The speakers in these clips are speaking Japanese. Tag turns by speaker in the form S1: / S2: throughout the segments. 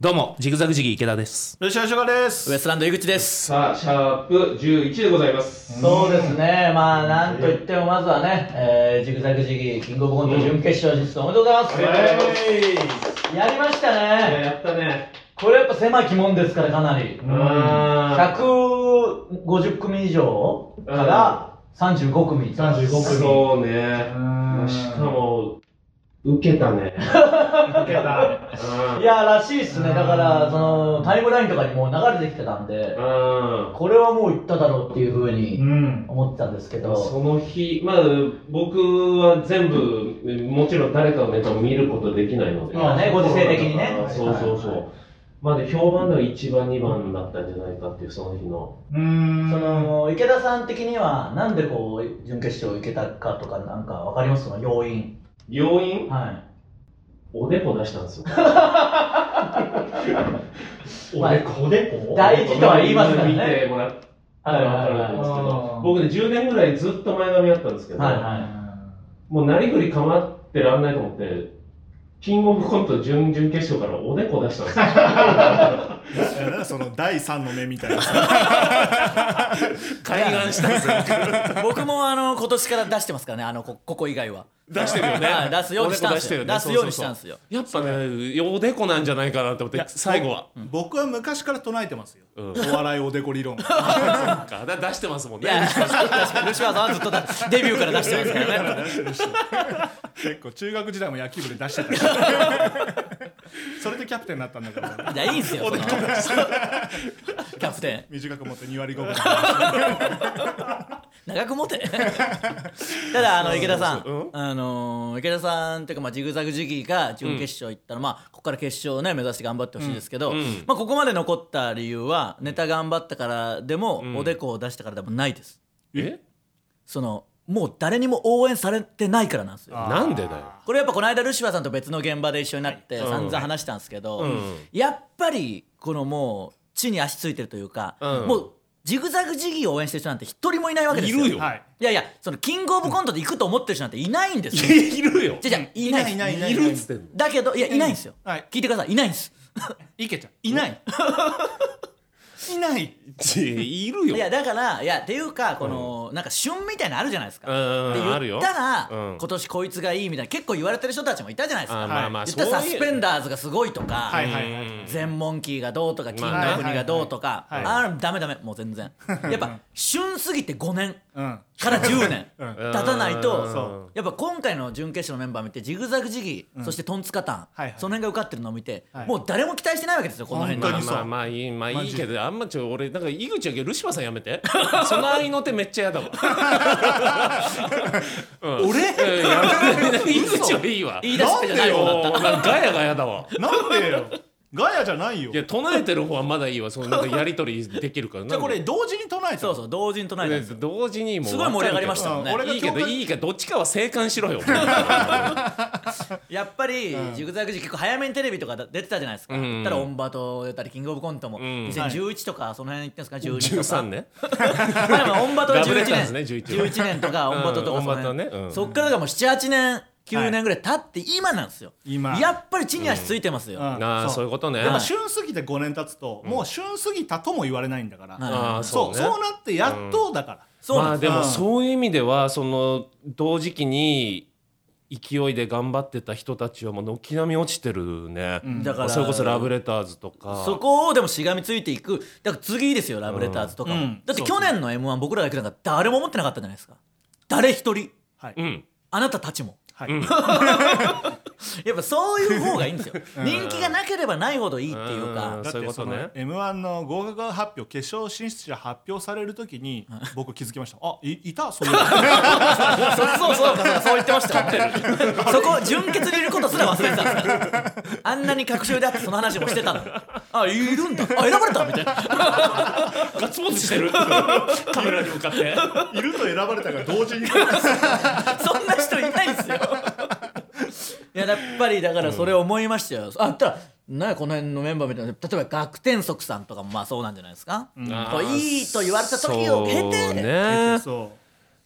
S1: どうも、ジグザグジギー池田です。
S2: ルシアシュガです
S3: ウエストランド井口です。
S4: さあ、シャープ11でございます。
S5: そうですね、まあ、なんといっても、まずはね、えー、ジグザグジギー、キングオブコント準決勝進出、おめでとうございます。
S4: え
S5: やりました
S4: ー、
S5: ね。
S4: やったね。
S5: これやっぱ狭き門ですから、かなり
S4: う。ん。
S5: 150組以上から35組。
S2: 35組
S4: そうね。
S2: うん
S4: しかも、受けたね。
S2: 受けた
S4: うん
S5: い、や、らしいっすね。だか
S2: う
S5: ら、
S2: ん
S5: その、タイムラインとかにもう流れてきてたんで、
S4: うん。
S5: これはもういっただろうっていうふう
S2: う
S5: に
S2: ん
S5: 思ってたんですけど、
S4: その日、まあ、僕は全部、もちろん誰かのネタを見ることできないので。
S5: まあねご時世的にね
S4: そうそうそう。まあで、評判では1番、2番だったんじゃないかっていう、その日の。
S2: う
S5: そ
S2: ん
S5: の、池田さん的には、なんでこう、準決勝行けたかとか、なんかわかりますその要因。
S4: 要因
S5: は
S4: おでこ出したん ですよ。
S2: おでこおでこ
S5: 大事とは言いますからね
S4: 見てもらっ
S5: い。はいはいはい。
S4: ですけ
S2: う
S4: ど
S2: ん、
S4: 僕ね、10年ぐらいずっと前髪あったんですけど、
S5: はい
S2: うん
S5: は
S4: もうなりふり構ってらんないと思って、キングオブコント準々決勝からおでこ出したんですよ。
S6: その第三の目みたいな
S1: 海岸したんですよ。
S3: 僕もあの今年から出してますからね、あのこここ以外は。
S1: 出してるよね
S3: はい出すようにしたんですよ。
S1: おでこ
S3: 出
S1: 出してる
S3: すよ
S1: よ
S3: う
S1: ね
S3: にしたんですよ。
S1: やっぱね、おでこなんじゃないかなって思って、最後は。
S6: 僕は昔から唱えてますよ、
S1: うん
S6: お笑いおでこ理論
S1: なんかだ出してますもん
S3: い
S1: ね。
S3: や、確かにルシファーさんはずっとだデビューから出してますからね。
S6: 結構中学時代も野球部で出してたからそれでキャプテンになったんだから
S3: いや、いいんですよ、その キャプテン。
S6: 短く持って2割5分
S3: 長く持て ただあの池田さ
S1: そ
S3: ん、
S1: うそう
S3: あのー池田さんというかまあジグザグジギーが準決勝行ったら、まあここから決勝をね目指して頑張ってほしいですけど、
S1: ん
S3: まあここまで残った理由はネタ頑張ったからでも、おでこを出したからでもないです
S1: え
S3: そのもう誰にも応援されてないからなんですよ
S1: なんでだよ。
S3: これやっぱこの間ルシファーさんと別の現場で一緒になって散々話したんですけど、
S1: ん
S3: やっぱりこのもう地に足ついてるというか、
S1: うん
S3: もうジグザグジギーを応援してる人なんて一人もいないわけですよ
S1: いるよ。
S6: はい
S3: いやいや、そのキングオブコントで行くと思ってる人なんていないんですよ。
S1: いるよ。
S3: じゃじゃいないです
S6: いないいない
S1: いるっつってんの。
S3: だけど、いや、いないんですよ。
S6: はい
S3: 聞いてください、いないんです。
S6: いけちゃんいないいない
S1: いる
S3: いや、
S1: よ。
S3: だから、いや、っていうか、この、なんか旬みたいなのあるじゃないですか。
S1: うん
S3: で
S1: ある
S3: 言
S1: よ
S3: ったら、
S1: うん
S3: 今年こいつがいいみたいな、結構言われてる人たちもいたじゃないです
S1: あ
S3: か。
S1: まあまあ、
S3: 言
S1: そ
S3: った
S1: う
S3: らサ
S1: い
S3: ス
S1: う
S3: ペンダーズがすごいとか、
S6: はいはいはい
S3: 全モンキーがどうとか、金の国がどうとか、
S6: はいはい
S3: ああ、ダメダメ、もう全 然。やっぱ、旬すぎて5年
S6: うん
S3: から10年。
S6: うん
S3: 立たないうと、
S1: ん
S6: そ
S3: やっぱ今回の準決勝のメンバー見てジグザグジギー、そしてトンツカタン、
S6: はいはい
S3: その辺が受かってるのを見て、
S6: はい
S3: もう誰も期待してないわけですよこの辺
S1: ま
S3: が
S6: 本当
S1: あ
S6: にそう
S1: まあまあいいまあい
S6: マ
S1: い
S6: ジ
S1: けどあんまちょ俺なんか井口はルシファーさんやめ てその合いの手めっちゃやだわ、うん、俺、うん、やめて井口はいいわ
S3: 言い出しっぺじゃない方だっ
S1: おーなんかガヤがやだわ
S6: なんでよガヤじゃないよ
S1: いや唱えてる方はまだいいわそのなんかやり取りできるから
S6: じゃあこれ同時に唱
S3: た
S6: えて
S3: そうそう同時に唱えたんですよ
S1: 同時にもう
S3: すごい盛り上がりましたもんね、
S6: うん俺が
S1: いいけどいいけどどっちかは生還しろよ
S3: やっぱり、ジグザグジギー結構早めにテレビとか出てたじゃないですか、
S1: うん
S3: ただオンバトだったりキングオブコントも、
S1: ん
S3: 2011とかその辺行ってんですか12とか
S1: 13ね
S3: まあでもオンバトは
S1: ダブル
S3: 11
S1: ターンです
S3: 年
S1: ね11
S3: 11年とかオンバトと
S1: う
S3: か
S1: んオ
S3: その
S1: ンバ
S3: 辺
S1: トねうん
S3: そっからがもう78年9年ぐらい経って今なんですよ
S6: 今
S3: やっぱり地に足ついてますよ、
S6: うん
S1: ああそういうことね
S6: やっぱ旬過ぎて5年経つと、もう旬過ぎたとも言われないんだから、
S3: はい
S1: ああ
S6: そうそう
S1: ね
S6: なってやっとだから、
S3: そうなん
S1: ま
S3: で
S1: あ
S3: す
S1: でも
S6: う
S1: そ
S6: ん
S1: ういう意味ではその同時期に勢いで頑張ってた人たちはもう軒並み落ちてるね、
S3: だから
S1: それこそラブレターズとか
S3: そこをでもしがみついていくだから次ですよラブレターズとかも、
S6: うんうん
S3: だって去年の m 1僕らだけなんか誰も思ってなかったじゃないですか誰一人
S6: はい、
S1: うん
S3: あなたたちも
S6: はい、
S3: やっぱそういう方がいいんですよ人気がなければないほどいいっていうか
S1: うん
S6: だっ
S1: そういう
S6: て
S1: こと
S6: その
S1: ね
S6: m 1の合格発表決勝進出者発表されるときに僕気づきましたあいいたそうい うの
S3: そりゃそうそうかそう言ってましたよそこ純潔にいることすら忘れてたんですよあんなに隔週であってその話もしてたのにあいるんだあ選ばれたみたいな
S1: ガッツポーズしてるカメラに向かって
S6: いると選ばれたが同時に
S3: そんな人いないですよ。いや、やっぱりだからそれ思いましたよ。あったら、なこの辺のメンバーみたいな、例えば学天則さんとかもまあそうなんじゃないですか。こういいと言われた時を経
S1: そう
S3: て、
S1: ね
S6: そ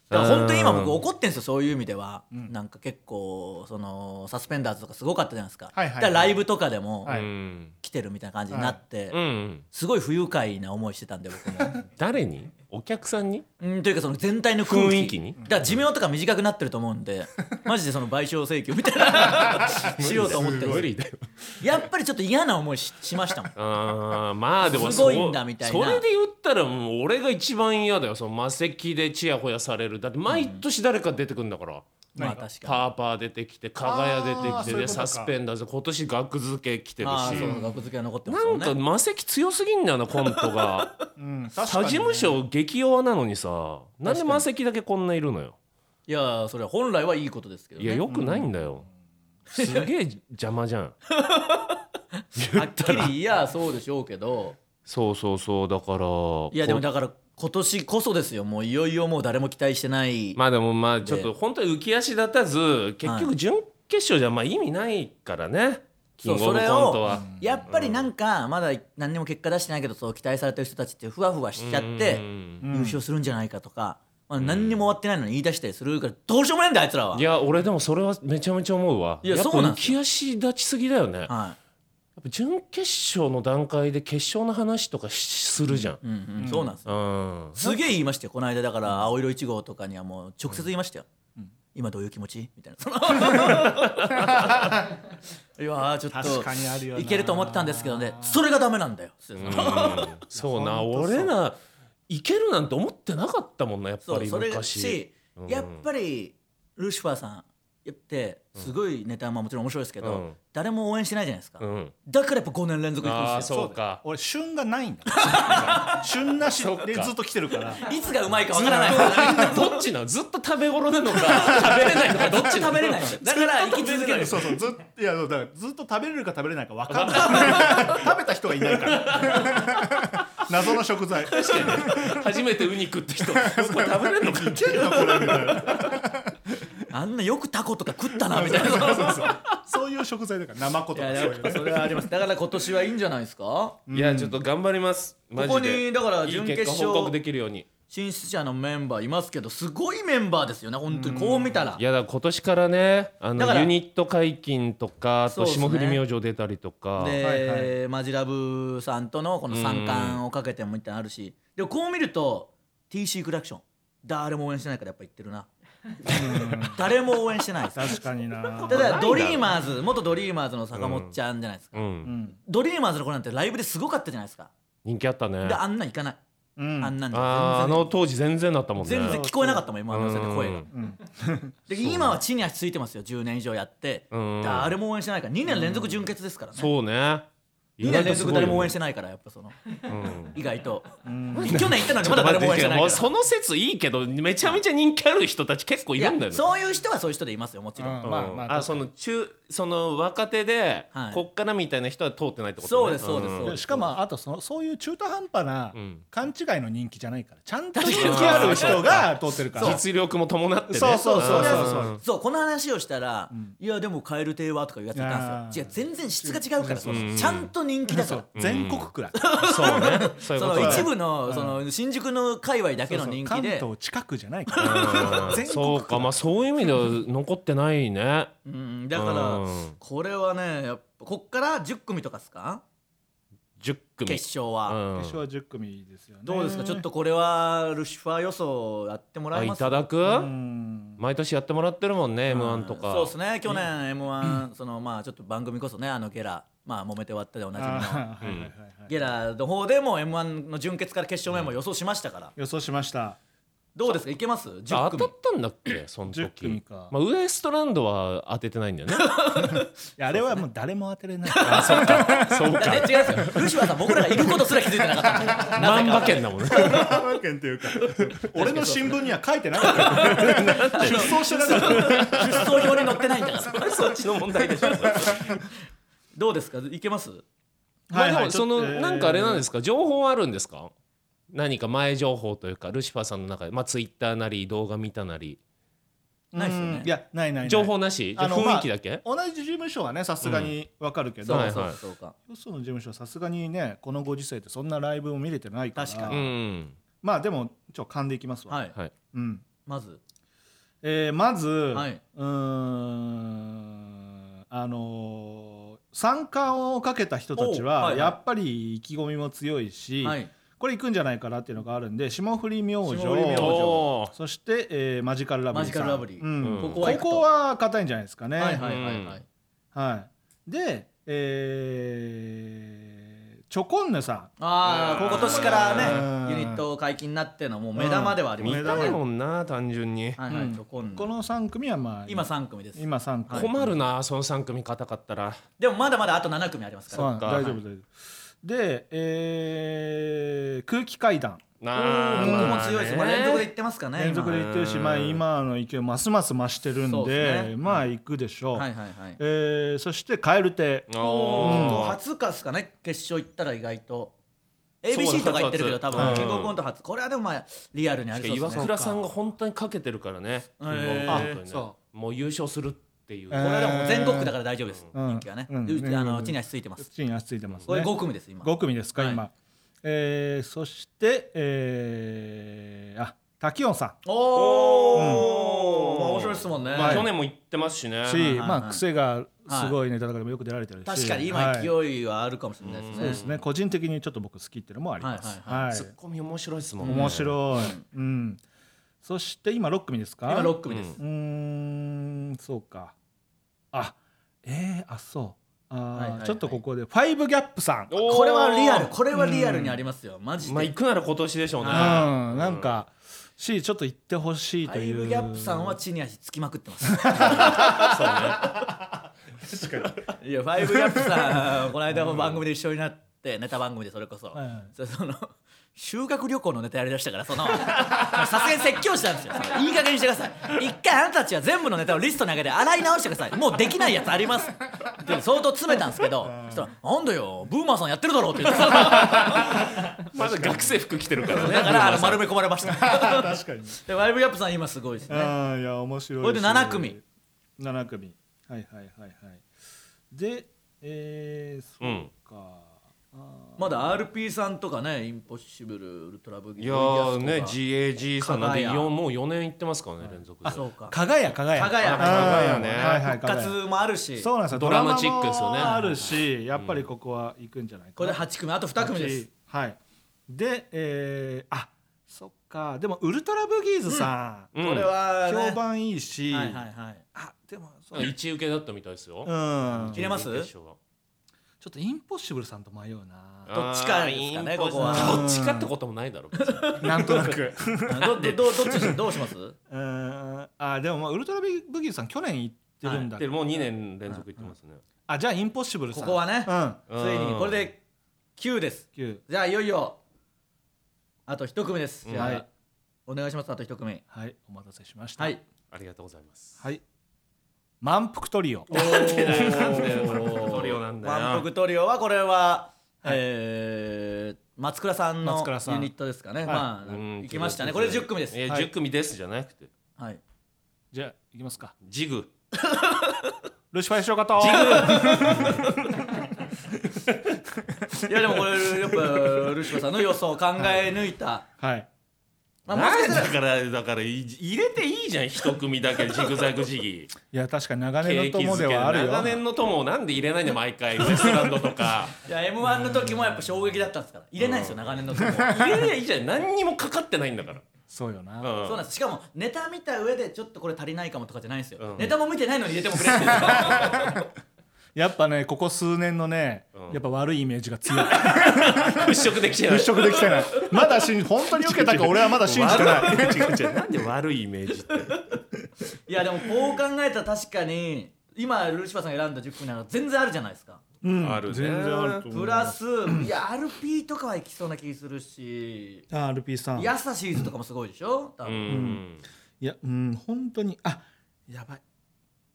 S3: だから本当に今僕怒ってんですよ、そういう意味では。なんか結構、その、サスペンダーズとかすごかったじゃないですか。
S6: はいはいはい
S3: だからライブとかでも、
S6: はい
S1: うん
S3: 来てるみたいな感じになって、
S1: うんうん
S3: すごい不愉快な思いしてたんで 僕も
S1: 誰にお客さん に
S3: うんというかその全体の空気
S1: 雰囲気に
S3: だから寿命とか短くなってると思うんでマジでその賠償請求みたいなしようと思ってるん
S1: 無
S3: で
S1: 理だよ
S3: すやっぱりちょっと嫌な思いししましたもん
S1: あーまあでも
S3: すごい
S1: そうん
S3: だみたいな
S1: それで言ったらもう俺が一番嫌だよその魔石でチヤホヤされるだって毎年誰か出てくんだから、
S3: まあ確か
S1: パーパー出てきて加賀屋出て
S6: あー
S1: きて
S6: そういう
S1: で
S6: こと
S1: サ
S6: か
S1: スペンダーズ今年額付け来て
S3: に
S1: る
S3: ああそ
S1: し
S3: う学付けは残ってます
S1: な
S3: よ
S1: んか
S3: ね
S1: 魔石強すぎんだよなコントが
S6: うん、確か
S1: 他
S6: にね
S1: 事務所激弱なのにさなんで
S3: 確かに
S1: 魔石だけこんないるのよ
S3: いやそれは本来はいいことですけど
S1: いや
S3: ね
S1: よくないんだよ、すげえ邪魔じゃん
S3: はっきりいやそうでしょうけど
S1: そうそうそうだから
S3: いやでもだから今年こそですよもういよいよもう誰も期待してない、
S1: まあでもまあちょっと本当に浮き足立たず結
S3: は
S1: 局準決勝じゃまあ意味ないからねキ
S3: そ
S1: ン
S3: う
S1: グオブコントは
S3: やっぱりなんかまだ何にも結果出してないけどそう期待されてる人たちってふわふわしちゃって
S1: うん。
S3: 優勝するんじゃないかとか、まあ、何にも終わってないのに言い出したりするからどうしようもないんだあいつらはい
S1: や俺でもそれはめちゃめちゃ思うわ
S3: いや
S1: っぱ
S3: そうなん
S1: 浮
S3: です
S1: き足立ちすぎだよねやっぱ
S3: は
S1: 準決勝の段階で決勝の話とかしするじゃん
S3: い、うんうんそうなんですよ
S1: うん
S3: すげえ言いましたよこの間だから青色1号とかにはもう直接言いましたよ、今どういう気持ちみた いなそのいやーちょっ
S6: 確かにあるよ
S3: と
S6: ない
S3: けると思ってたんですけどねそれがダメなんだよ、
S1: そうな
S6: ほんとそう
S1: 俺らいけるなんて思ってなかったもんなやっ
S3: そ
S1: ぱ
S3: う
S1: り
S3: それが
S1: 昔
S3: し、やっぱりルシファーさんやってすごいネタももちろん面白いですけど、
S1: うん
S3: 誰も応援してないじゃないですか、
S1: うん
S3: だからやっぱ5年連続行くん
S1: ああ
S3: ですよ
S1: そうか
S6: 俺旬がないんだ 旬なしでずっと来てるから
S3: いつがうまいかわからないからね
S1: どっちなのずっと食べ頃なのか食べれないのかどっちな
S3: 食
S1: の
S3: べれない だから生き続ける
S6: そうそうずっいやだからずっと食べれるか食べれないか分かん ない食べた人がいないから謎の食材
S1: 初めてウニ食った人これ食べれるのかっていう
S3: あんなよくタコとか食ったなみたいな
S6: そういう食材だからナマコ
S3: い
S6: と
S3: や
S6: か
S3: や
S6: そう
S3: っ
S6: いう
S3: ぱそれはありますだから今年はいいんじゃない ですか
S1: いやちょっと頑張りますマ
S3: こ
S1: ジ
S3: こ
S1: で
S3: にだから
S1: い
S3: 準
S1: い
S3: 決
S1: 結果
S3: 勝
S1: 報告できるように
S3: 進出者のメンバーいますけどすごいメンバーですよね本当にこう見たら
S1: いやだから今年からねあ
S3: だか
S1: の
S3: ら
S1: ユニット解禁とかあ
S3: そう
S1: と
S3: っすね
S1: 霜降り明星出たりとか
S3: で、
S6: はいは
S3: マジラブさんとのこの三冠をかけてもみたいなのあるしでもこう見ると TC クラクション誰も応援してないからやっぱ言ってるな誰も応援してないです
S6: 確かにな
S3: ただドリーマーズ元ドリーマーズの坂本ちゃんじゃないですか、
S1: う
S6: うんん
S3: ドリーマーズの子なんてライブですごかったじゃないですか、
S1: 人気あったね
S3: であんなん行かない、
S6: うん
S3: あんなんじ
S1: あー
S3: ゃ
S1: あの当時全然だったもんね
S3: 全然全然聞こえなかったもん今の
S1: うん
S3: 声がで今は地に足ついてますよ10年以上やって
S1: うん
S3: 誰も応援してないから2年連続準決ですからね
S1: そうね
S3: 2年連続誰も応援しててないからやっぱその
S1: うん
S3: 意外と去年行ったのにまだ誰も応援してない
S1: もう
S3: か
S1: その説いいけどめちゃめちゃ人気ある人たち結構
S3: ら
S1: い
S3: い
S1: るんだ
S3: や
S1: よね
S3: そういう人はそういう人でいますよもちろん
S6: うんまあまあ
S1: あその中その若手で
S3: はい
S1: こっからみたいな人は通ってないってこと
S3: そう
S1: ね
S3: ですそうですそう
S6: しかもあとそのそういう中途半端な
S1: うん
S6: 勘違いの人気じゃないからちゃんと人気ある人が通ってるから
S1: 実力も伴ってね
S6: そうそうそう
S1: うん
S6: そうそう
S3: そうこの話をしたら「いやでも蛙亭は」とかいうやついたんですよ
S6: あ
S3: 違う全然質が違うから
S6: そう
S1: そう
S3: ちゃんと人気だか
S6: そ
S3: ら
S6: う全国くらい
S1: そうねそういう
S3: そ
S1: こと
S3: の
S1: だ
S3: 一部のその新宿の界隈だけの人気で
S6: そうそう関東近くじゃないから
S1: うん
S6: 全
S1: そ
S6: 国
S1: う
S6: 区
S1: かまあそういう意味では残ってないね
S3: うんだから
S1: うん
S3: これはねやっぱこっから10組とかですか
S1: 10組
S3: 決勝は
S1: うん
S6: 決勝は10組ですよね
S3: どうですかちょっとこれはルシファー予想やってもら
S1: あ
S3: い
S1: い
S3: ます
S1: ただく
S6: うん
S1: 毎年やってもらってるもんね M1 とか
S3: そうですね去年 m 1そのまあちょっと番組こそねあのゲラまあ揉めて終わったでおなじみの
S6: あーはいはいはいはい
S3: ゲラの方でも m 1の準決から決勝までも予想しましたから、
S6: 予想しました
S3: どうですかいけます10
S1: あ当
S3: 組
S1: たったんだっけその時
S6: 10組か
S1: まあウエストランドは当ててないんだよね
S6: いやあれはもう誰も当てれない
S1: そう
S3: だって違うんですよルシファーさん僕らがいることすら気づいてなか ったんで
S1: 万馬券だもんね
S6: 香県というか俺の新聞には書いてなかった出走してなかった
S3: 出走表に載ってないんだから
S1: そっちの問題でしょ
S3: どうですかいけます
S1: まあでもその
S6: ちょっと
S1: なんかあれなんですか情報はあるんですか何か前情報というかルシファーさんの中でまあツイッターなり動画見たなり
S3: ないですよね
S6: うんいやないないない
S1: 情報なしじゃあ
S6: あの
S1: 雰囲気だけ
S6: 同じ事務所はねさすがにわかるけど、
S1: うん
S3: そう
S1: はいはい
S3: かそうかそうか、
S6: よその事務所はさすがにねこのご時世でそんなライブを見れてないから
S3: 確か
S1: う
S3: に
S1: ん
S6: まあでもちょっと勘でいきますわ、
S3: はい
S1: はい
S6: うん
S3: まず
S6: えーまず、
S3: はいう
S6: ーんあのー三冠をかけた人たちは、
S3: おはいはい
S6: やっぱり意気込みも強いし、
S3: はい
S6: これいくんじゃないかなっていうのがあるんで霜降り明星
S3: 霜降り明星
S1: お
S6: そして、えーマジカルラブリーさん
S3: マジカルラブリー
S6: うん
S1: うん
S6: ここは硬いんじゃないですかね
S3: はいはいはいはい
S6: はいで、えーチョコンヌさ
S3: ああ
S6: うん
S3: 今年から
S6: うん
S3: ねユニット解禁になってのもう目玉ではあり
S1: 見
S3: ますね
S1: たいもんな単純に、
S3: はいは
S6: う
S3: い
S6: ん
S3: チョコン
S6: ん
S3: ヌ
S6: この3組はまあ
S3: 今3組です
S6: 今3組、
S1: 困るなその3組硬かったら
S3: でもまだまだあと7組あります
S6: そ
S3: か
S6: うなん
S1: そっか
S6: 大丈夫大丈夫で、えー空気階段
S1: なあ
S3: ら僕
S1: ま
S3: も
S1: あね
S3: 強いですまあ連続でいってますかね今
S6: 連続でいってるし、
S1: うん
S6: まあ、今の勢いますます増してるん
S3: そう
S6: で
S3: ですね
S6: まあ行くでしょう、
S3: はいはいはい
S6: えーそして蛙亭
S1: おー
S3: 初かすかね決勝行ったら意外と
S1: うだ
S3: ABC とか行ってるけど
S1: 初
S3: 多
S1: 初
S3: 分
S1: 初
S3: キングオブコント初これはでもまあリアルにありそう
S1: 岩
S3: ですね
S1: 倉さんが本当にかけてるからね、
S3: へー
S1: 本当にね
S3: あそ
S1: もう優勝するっていう、
S6: えー
S3: これはでも全国区だから大丈夫です
S6: うん
S3: 人気はね
S6: うん
S3: うあの
S6: うん
S3: 地に足ついてます
S6: 地に足ついてます
S3: これ
S6: ね
S3: 5組です今
S6: 5組ですか、
S3: はい
S6: 今、えーそしてえーあ滝音さ
S3: お
S1: うん
S3: お面白いですもんね
S1: まあ、去年も言ってますしね
S6: んし、
S3: いはい
S6: まあ癖がすごいネタとかでもよく出られてるし、
S3: 確かに
S6: は
S3: 今
S6: い
S3: 勢いはあるかもしれないで
S6: そうですす
S3: ね
S6: ね個人的にちょっと僕好きっていうのもあります
S3: はいは
S6: はい、
S1: ツッコミ面白いですもんね
S6: 面白い、うんそして今6組ですか
S3: 今6組で
S1: うん
S3: す
S6: うーんそうかあえー、あそうあー、
S3: はいはいはい
S6: ちょっとここでファイブギャップさんうん
S1: おー
S3: これはリアルこれはリアルにありますよマジ
S1: まあ行
S3: で
S1: くなら今年でしょうね、
S6: なんか、しちょっと行ってほしい
S3: タ
S6: と
S3: イ
S6: いう
S3: ムギャップさんは地に足つきまくってます いやファイブギャップさんこの間も番組で一緒になってネタ番組でそれこそ、
S6: はいはい
S3: そその修学旅行のネタやりだしたからそのさすがに説教したんですよそのいい加減にしてください一回あなたたちは全部のネタをリストの中で洗い直してくださいもうできないやつありますって相当詰めたんですけどそしたら「なんだよブーマーさんやってるだろ」って言ってだ
S1: まだ学生服着てるからね
S3: からあの丸め込まれました
S6: 確かに
S3: でファイブギャップさん今すごいですね
S6: ああいや面白い
S3: これで7組
S6: 7組はいはいはいはいでえ
S1: う
S6: ー、そ
S1: ん
S6: うか、
S3: まだ RP さんとかねインポッシブルウルトラブギ
S1: いやーね
S3: ブギ
S1: GAG さんなんで
S3: 加賀屋
S1: よんもう4年行ってますからね連続で
S3: アスとかそうか
S6: かがやかがや
S3: かがや
S6: うん
S3: か
S1: がやね
S6: はいはい
S3: 復
S6: かが
S3: 活
S6: や
S3: もあるし
S6: そうなんですよ
S1: ドラマチックですよね
S6: ドラマもあるしやっぱりここは行くんじゃないかな
S3: これで8組あと2組です
S6: はいでえー、あそっかでもウルトラブギーズさん、
S1: うん
S3: これはね
S6: 評判いいし、
S3: はいはいはい
S6: あでもそう、うん、ち
S1: 一受けだったみたいですよ、
S6: ょ
S3: 切れます
S1: 準々決勝は
S6: っとインポッシブルさんと迷うな
S3: どっちかですかね
S1: あー
S3: ここは
S1: どっちかってこともないだろう別に
S6: なんとなく
S3: どどどどっちにどうします
S6: うーんあでもまあウルトラブギーズさん去年行ってるんだ、
S1: でもう2年連続行ってますね
S6: あじゃあインポッシブルさ
S3: こ
S6: ん
S3: こはねつ
S1: うん
S3: いにこれで9です
S6: うん9
S3: じゃあいよいよあと1組ですじゃあ、
S6: はい
S3: お願いしますあと1組
S6: はいお待たせしました
S3: はい
S1: ありがとうござい ます
S6: はい満腹トリオ
S1: トリオなんだよ
S3: 満腹トリオはこれは、えー松倉さんの
S6: 松倉さん
S3: ユニットですかね、まあ
S1: うん
S3: 行きましたねこれで10組です
S1: いや
S6: はい
S1: 10組ですじゃなくて
S3: はい
S6: じゃあ行きますか
S1: ジグ
S6: ルシファーしようかと
S3: いやでもこれやっぱルシファーさんの予想を考え抜いた、
S6: はい
S3: まあ、もしか
S1: なん
S3: したら
S1: だからだからい入れていいじゃん一組だけジグザグジギー
S6: いや確かに長
S1: 景
S6: 年の
S1: 気
S6: 友
S1: づ
S6: で
S1: け
S6: はあるよ
S1: 長年の友をなんで入れないんだよ毎回ウエストランドと か
S3: いや m 1の時もやっぱ衝撃だったんですから入れないんです よ長年の時もそ
S1: 入れりゃいいじゃん何にもかかってないんだから
S6: そうよな、
S1: うん
S3: うなんですしかもネタ見た上でちょっとこれ足りないかもとかじゃないんですよ、
S1: うん
S3: ネタも見てないのに入れてもくれっていうは
S6: やっぱねここ数年のね、
S1: うん
S6: やっぱ悪いイメージが強い
S1: 払拭できてない
S6: 払拭できてないまだしん本当に受けたか俺はまだ信じ てない
S1: 違う違うなんで悪いイメージって
S3: いやでもこう考えたら確かに今ルシファーさんが選んだ10組なら全然あるじゃないですか
S6: うん
S1: あるね
S6: 全然あると思う
S3: プラスいや RP とかはいきそうな気するし
S6: あ RP さん
S3: ヤサシーズとかもすごいでしょ多
S1: う
S3: 分
S1: ん
S6: いやうん本当にあやばい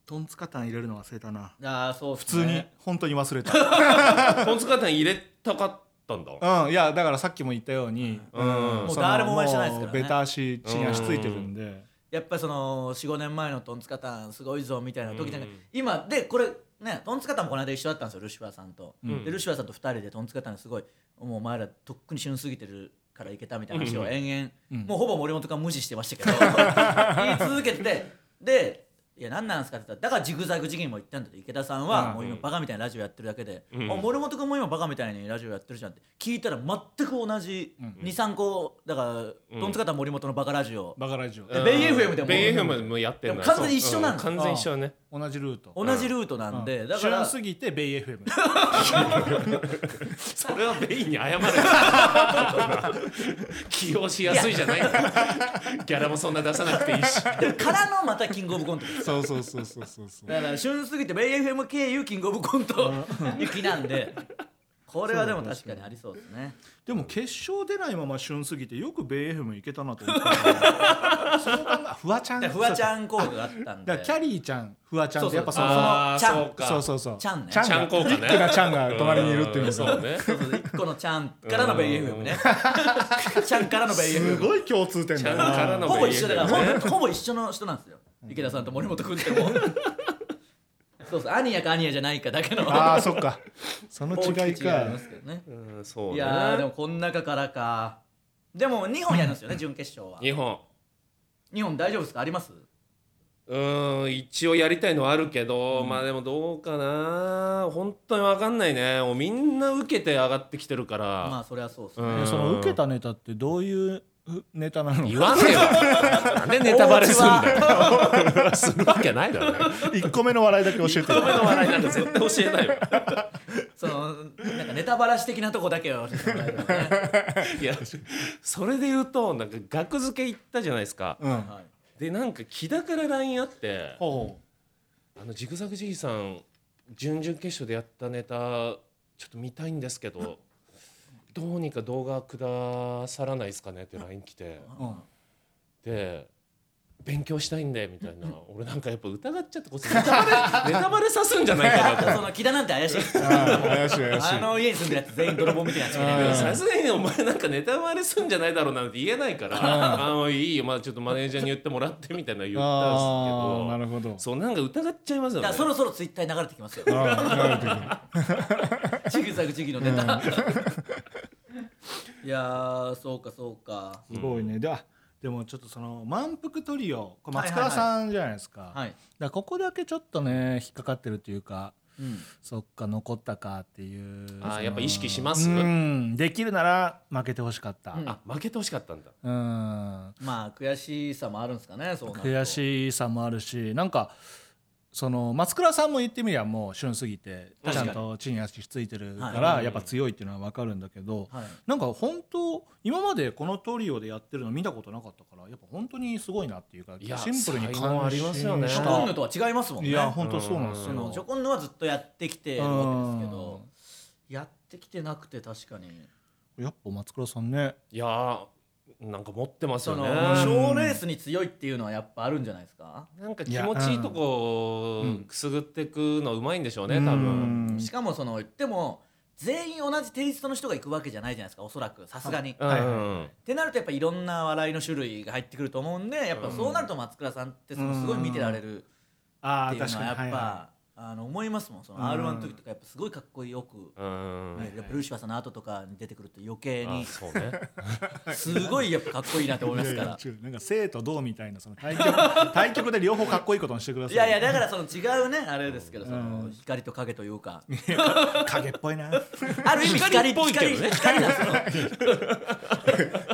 S6: トンツカタン入れるの忘れたな
S3: ああそう普
S6: 普通に本当に忘れた
S1: ポン酢型入れたかったんだ
S6: うんいやだからさっきも言ったように、
S1: うんもう
S6: その
S3: 誰も応援してないですからね
S6: もうベタ足地に足ついてるんで
S3: やっぱりその45年前のトンツカタンすごいぞみたいな時じゃなく
S1: うん
S3: 今でこれねトンツカタンもこの間一緒だったんですよルシファーさんと、
S1: ん
S3: でルシファーさんと2人でトンツカタンすごいもうお前らとっくに旬過ぎてるからいけたみたいな 話を延々、もうほぼ森本が無視してましたけど言い続けててでいや何なんですかって言ったらだからジグザグ次元も言ったんだと池田さんはもう今バカみたいなラジオやってるだけで、
S1: ん
S3: あ森本君も今バカみたいにラジオやってるじゃんって聞いたら全く同じ23個だからどんつかた森本のバカラジオ、
S6: バカラジオ
S3: でベイ FM でも
S1: ベイ FM でもやってる
S3: でも完全に一緒なの
S1: 完全一緒だね
S6: 同じルート
S3: 同じルートなんで、だから
S6: 旬過ぎてベイ FM
S1: それはベイに謝る 起用しやすいじゃないギャラもそんな出さなくていいし
S3: でからのまたキングオブコントです
S6: そうそうそうそうそうそう
S3: だから旬すぎてベイ FM 経由キングオブコント行きなんでこれはでも確かにありそうですね
S6: でも決勝出ないまま旬過ぎてよくベイ FM いけたなと思ったその考えフワちゃん
S3: でフワちゃん効果があったん
S6: だ
S3: で
S6: からキャリーちゃんフワちゃんってやっぱそ
S3: そう
S6: の
S1: あー
S3: ちゃん
S1: そうか
S6: そうそうそう
S3: ちゃんね
S6: ちゃん
S1: ちゃん
S6: が
S1: 効果ね
S6: 一家がちゃんが隣にいるっていうの
S1: そ
S6: が
S1: うね
S3: そうそう1個のちゃんからのベイ FM ねちゃんからのベイ
S6: す
S3: FM
S6: ごい共通点だ
S1: ちゃんから
S6: な
S1: の
S3: ほぼ一緒だからほぼほぼ一緒の人なんですよ池田さんと森本君っても うそうそうアニヤかアニヤじゃないかだけの
S6: あーそっかその
S3: 大きく
S6: 違い
S3: あり
S6: か
S3: ますけどね
S1: うんそう
S3: い
S1: ね
S3: やーでもこん中からかでも2本やるんですよね準決勝は
S1: 日本
S3: 2本大丈夫ですかあります
S1: うーん一応やりたいのはあるけど、まあでもどうかな本当に分かんないねもうみんな受けて上がってきてるから、
S3: まあそれはそうです
S1: う
S3: ね
S1: ん
S6: えその受けたネタってどういうネタなの
S1: 言わねえ よなんでネタバレするんだよするわけないだろ、ね、
S6: 1個目の笑いだけ教えて
S1: 人目の笑いなんか絶対教えないよ
S3: そのなんかネタバラシ的なとこだけは教えてもらえるよね
S1: いやそれで言うとなんか額付け行ったじゃないですか、
S6: うん
S3: はい
S1: でなんか木田から LINE あって
S6: ほ
S1: あのジグザグジギーさん準々決勝でやったネタちょっと見たいんですけど どうにか動画くださらないですかねって LINE 来て
S6: う、うん、
S1: で勉強したいんでみたいな俺なんかやっぱ疑っちゃってこいつネタバレネタバレさすんじゃないかなと
S3: その木田なんて怪しいです
S6: あー怪しい怪し
S3: あ
S6: い
S3: の家に住んでるやつ全員泥棒みたいなやつ
S6: あ
S3: ね
S6: うん
S1: さすがにお前なんかネタバレすんじゃないだろうなんて言えないから「ああいいよまあちょっとマネージャーに言ってもらって」みたいなの言ったんですけ
S6: あー
S1: ど
S6: なるほど
S1: そうなんか疑っちゃいますよ
S3: だか
S1: ね
S3: らそろそろツイッターに流れてきますよ
S6: あーなるほど
S3: ジグザグジギーのネタいやーそうかそうか
S6: すごいね、であでもちょっとその満腹トリオこれ松
S3: はい
S6: 川
S3: はいは
S6: さんじゃないですか,、
S3: はい、
S6: だからここだけちょっとね引っかかってるというか
S3: うん、
S6: そっか残ったかっていう
S1: あー
S6: その
S1: やっぱ意識します
S6: うんできるなら負けてほしかった、
S1: あ負けてほしかったんだ
S6: うん、
S3: まあ悔しさもあるんですかねそうなると
S6: 悔しさもあるしなんかその松倉さんも言ってみりゃもう旬すぎてち
S3: 確か
S6: ゃ
S3: に
S6: んと地に足ついてるか
S3: は
S6: ら
S3: い
S6: やっぱ強いっていうのは分かるんだけど、
S3: はい
S6: なんか本当今までこのトリオでやってるの見たことなかったからやっぱ本当にすごいなっていうか
S1: いや
S6: シンプルに
S1: 才能ありますよね
S3: ジ
S6: 感
S3: ョ
S6: 心
S3: コン
S6: し
S3: ヌとは違いますも
S6: た
S3: んね
S6: いや本当そうなんです
S3: そのジョ
S6: よ
S3: コンヌはずっとやってきてるわけですけどやってきてなくて確かに
S6: やっぱ松倉さんね
S1: いやーなんか持ってます
S3: そ
S1: よ
S3: の
S1: ね
S3: 賞レースに強いっていうのはやっぱあるんじゃないですか
S1: なんか気持ちいいとこ
S6: うん
S1: くすぐってくのうまいんでしょうね
S6: うん
S1: 多分
S3: しかもその言っても全員同じテイストの人が行くわけじゃないじゃないですかおそらくさすがに。っ
S1: うん
S6: はい
S3: てなるとやっぱいろんな笑いの種類が入ってくると思うんでやっぱそうなると松倉さんってすごい
S6: うん
S3: すごい見てられるって
S6: ああ
S3: いう
S6: 確
S3: のは
S6: かに
S3: やっぱ、
S6: はいは
S3: あの思いますもんその
S6: うん
S3: r 1の時とかやっぱすごいかっこよく。
S1: うんうん
S3: ねやっぱルーシファーさんの後とかに出てくると余計
S1: あ
S3: に
S1: そうね
S3: すごいやっぱかっこいいなと思い
S6: い
S3: ます
S6: い
S3: か
S6: やい
S3: ら
S6: や違うなんか生と同みたいなその対 局対局で両方かっこいいことにしてくださ
S3: い
S6: い
S3: やいやだからその違うねあれですけどその
S6: うん
S3: 光と影というか
S6: 影っぽいな い
S3: ある意味光
S1: 光っぽいけどね
S3: 光光なん ですよ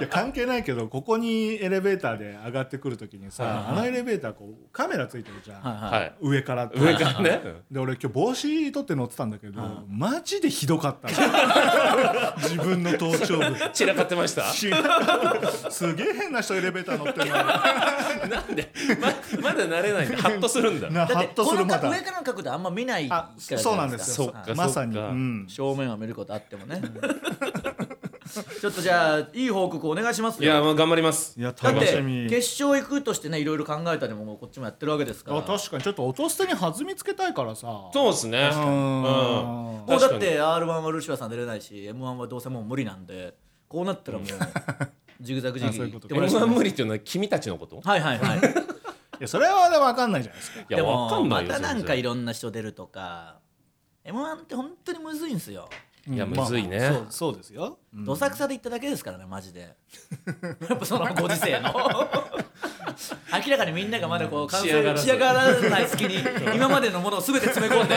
S6: や関係ないけどここにエレベーターで上がってくるときにさあのエレベーターこうカメラついてるじゃん、
S3: はい
S1: はい
S6: 上から
S1: 上からね
S6: で俺今日帽子取って乗ってたんだけど、マジでひどか ったの自分の頭頂部
S1: 散らかってました
S6: すげえ変な人エレベーター乗ってるな
S1: なんでままだ慣れないん でハッとするんだ
S6: な
S3: だ
S6: ハ
S3: って
S6: ッと
S3: こ
S6: す
S3: の
S6: るま
S3: 角
S6: た
S3: 上からの角度あんま見ない
S6: あ
S3: からじゃい
S6: そうなんです
S1: そ
S6: よ
S1: っか
S6: まさに、
S1: そっ
S6: う
S1: か
S6: ん、
S3: 正面は見ることあってもね ちょっとじゃあいい報告お願いします
S1: いや
S3: よ
S1: まあ頑張ります
S6: いや
S3: だっ
S6: 楽
S3: て
S6: しみ
S3: 決勝行くとしてねいろいろ考えたりもこっちもやってるわけですから
S6: あ確かにちょっと音捨てに弾みつけたいからさ
S1: そうですね
S6: う
S1: うん
S6: ん
S3: もうだっ
S1: 確か
S3: て r 1はルシファーさん出れないし m 1はどうせもう無理なんでこうなったらもうジグザグジ
S6: あ
S3: ギ
S6: そう
S3: ー
S6: いう
S3: 行
S6: こ
S3: っ
S6: と
S3: ても
S6: か
S3: らうし
S1: 俺
S3: か
S1: は
S3: ない
S1: 無理っていうのは君たちのこと
S3: はいはいはい
S6: いやそれは分かんないじゃないですか
S1: いやわかんないよ
S3: でもまたなん
S1: 全
S3: か
S1: 然
S3: いろんな人出るとか m 1って本当にむずいんすよ、
S1: いやむずいね、
S6: まあそうそうですよ、うん
S3: どさくさで行っただけですからねマジでやっぱそのご時世の明らかにみんながまだこう完成
S1: 仕上がらず
S3: 仕上がらない隙に 今までのものを全て詰め込んで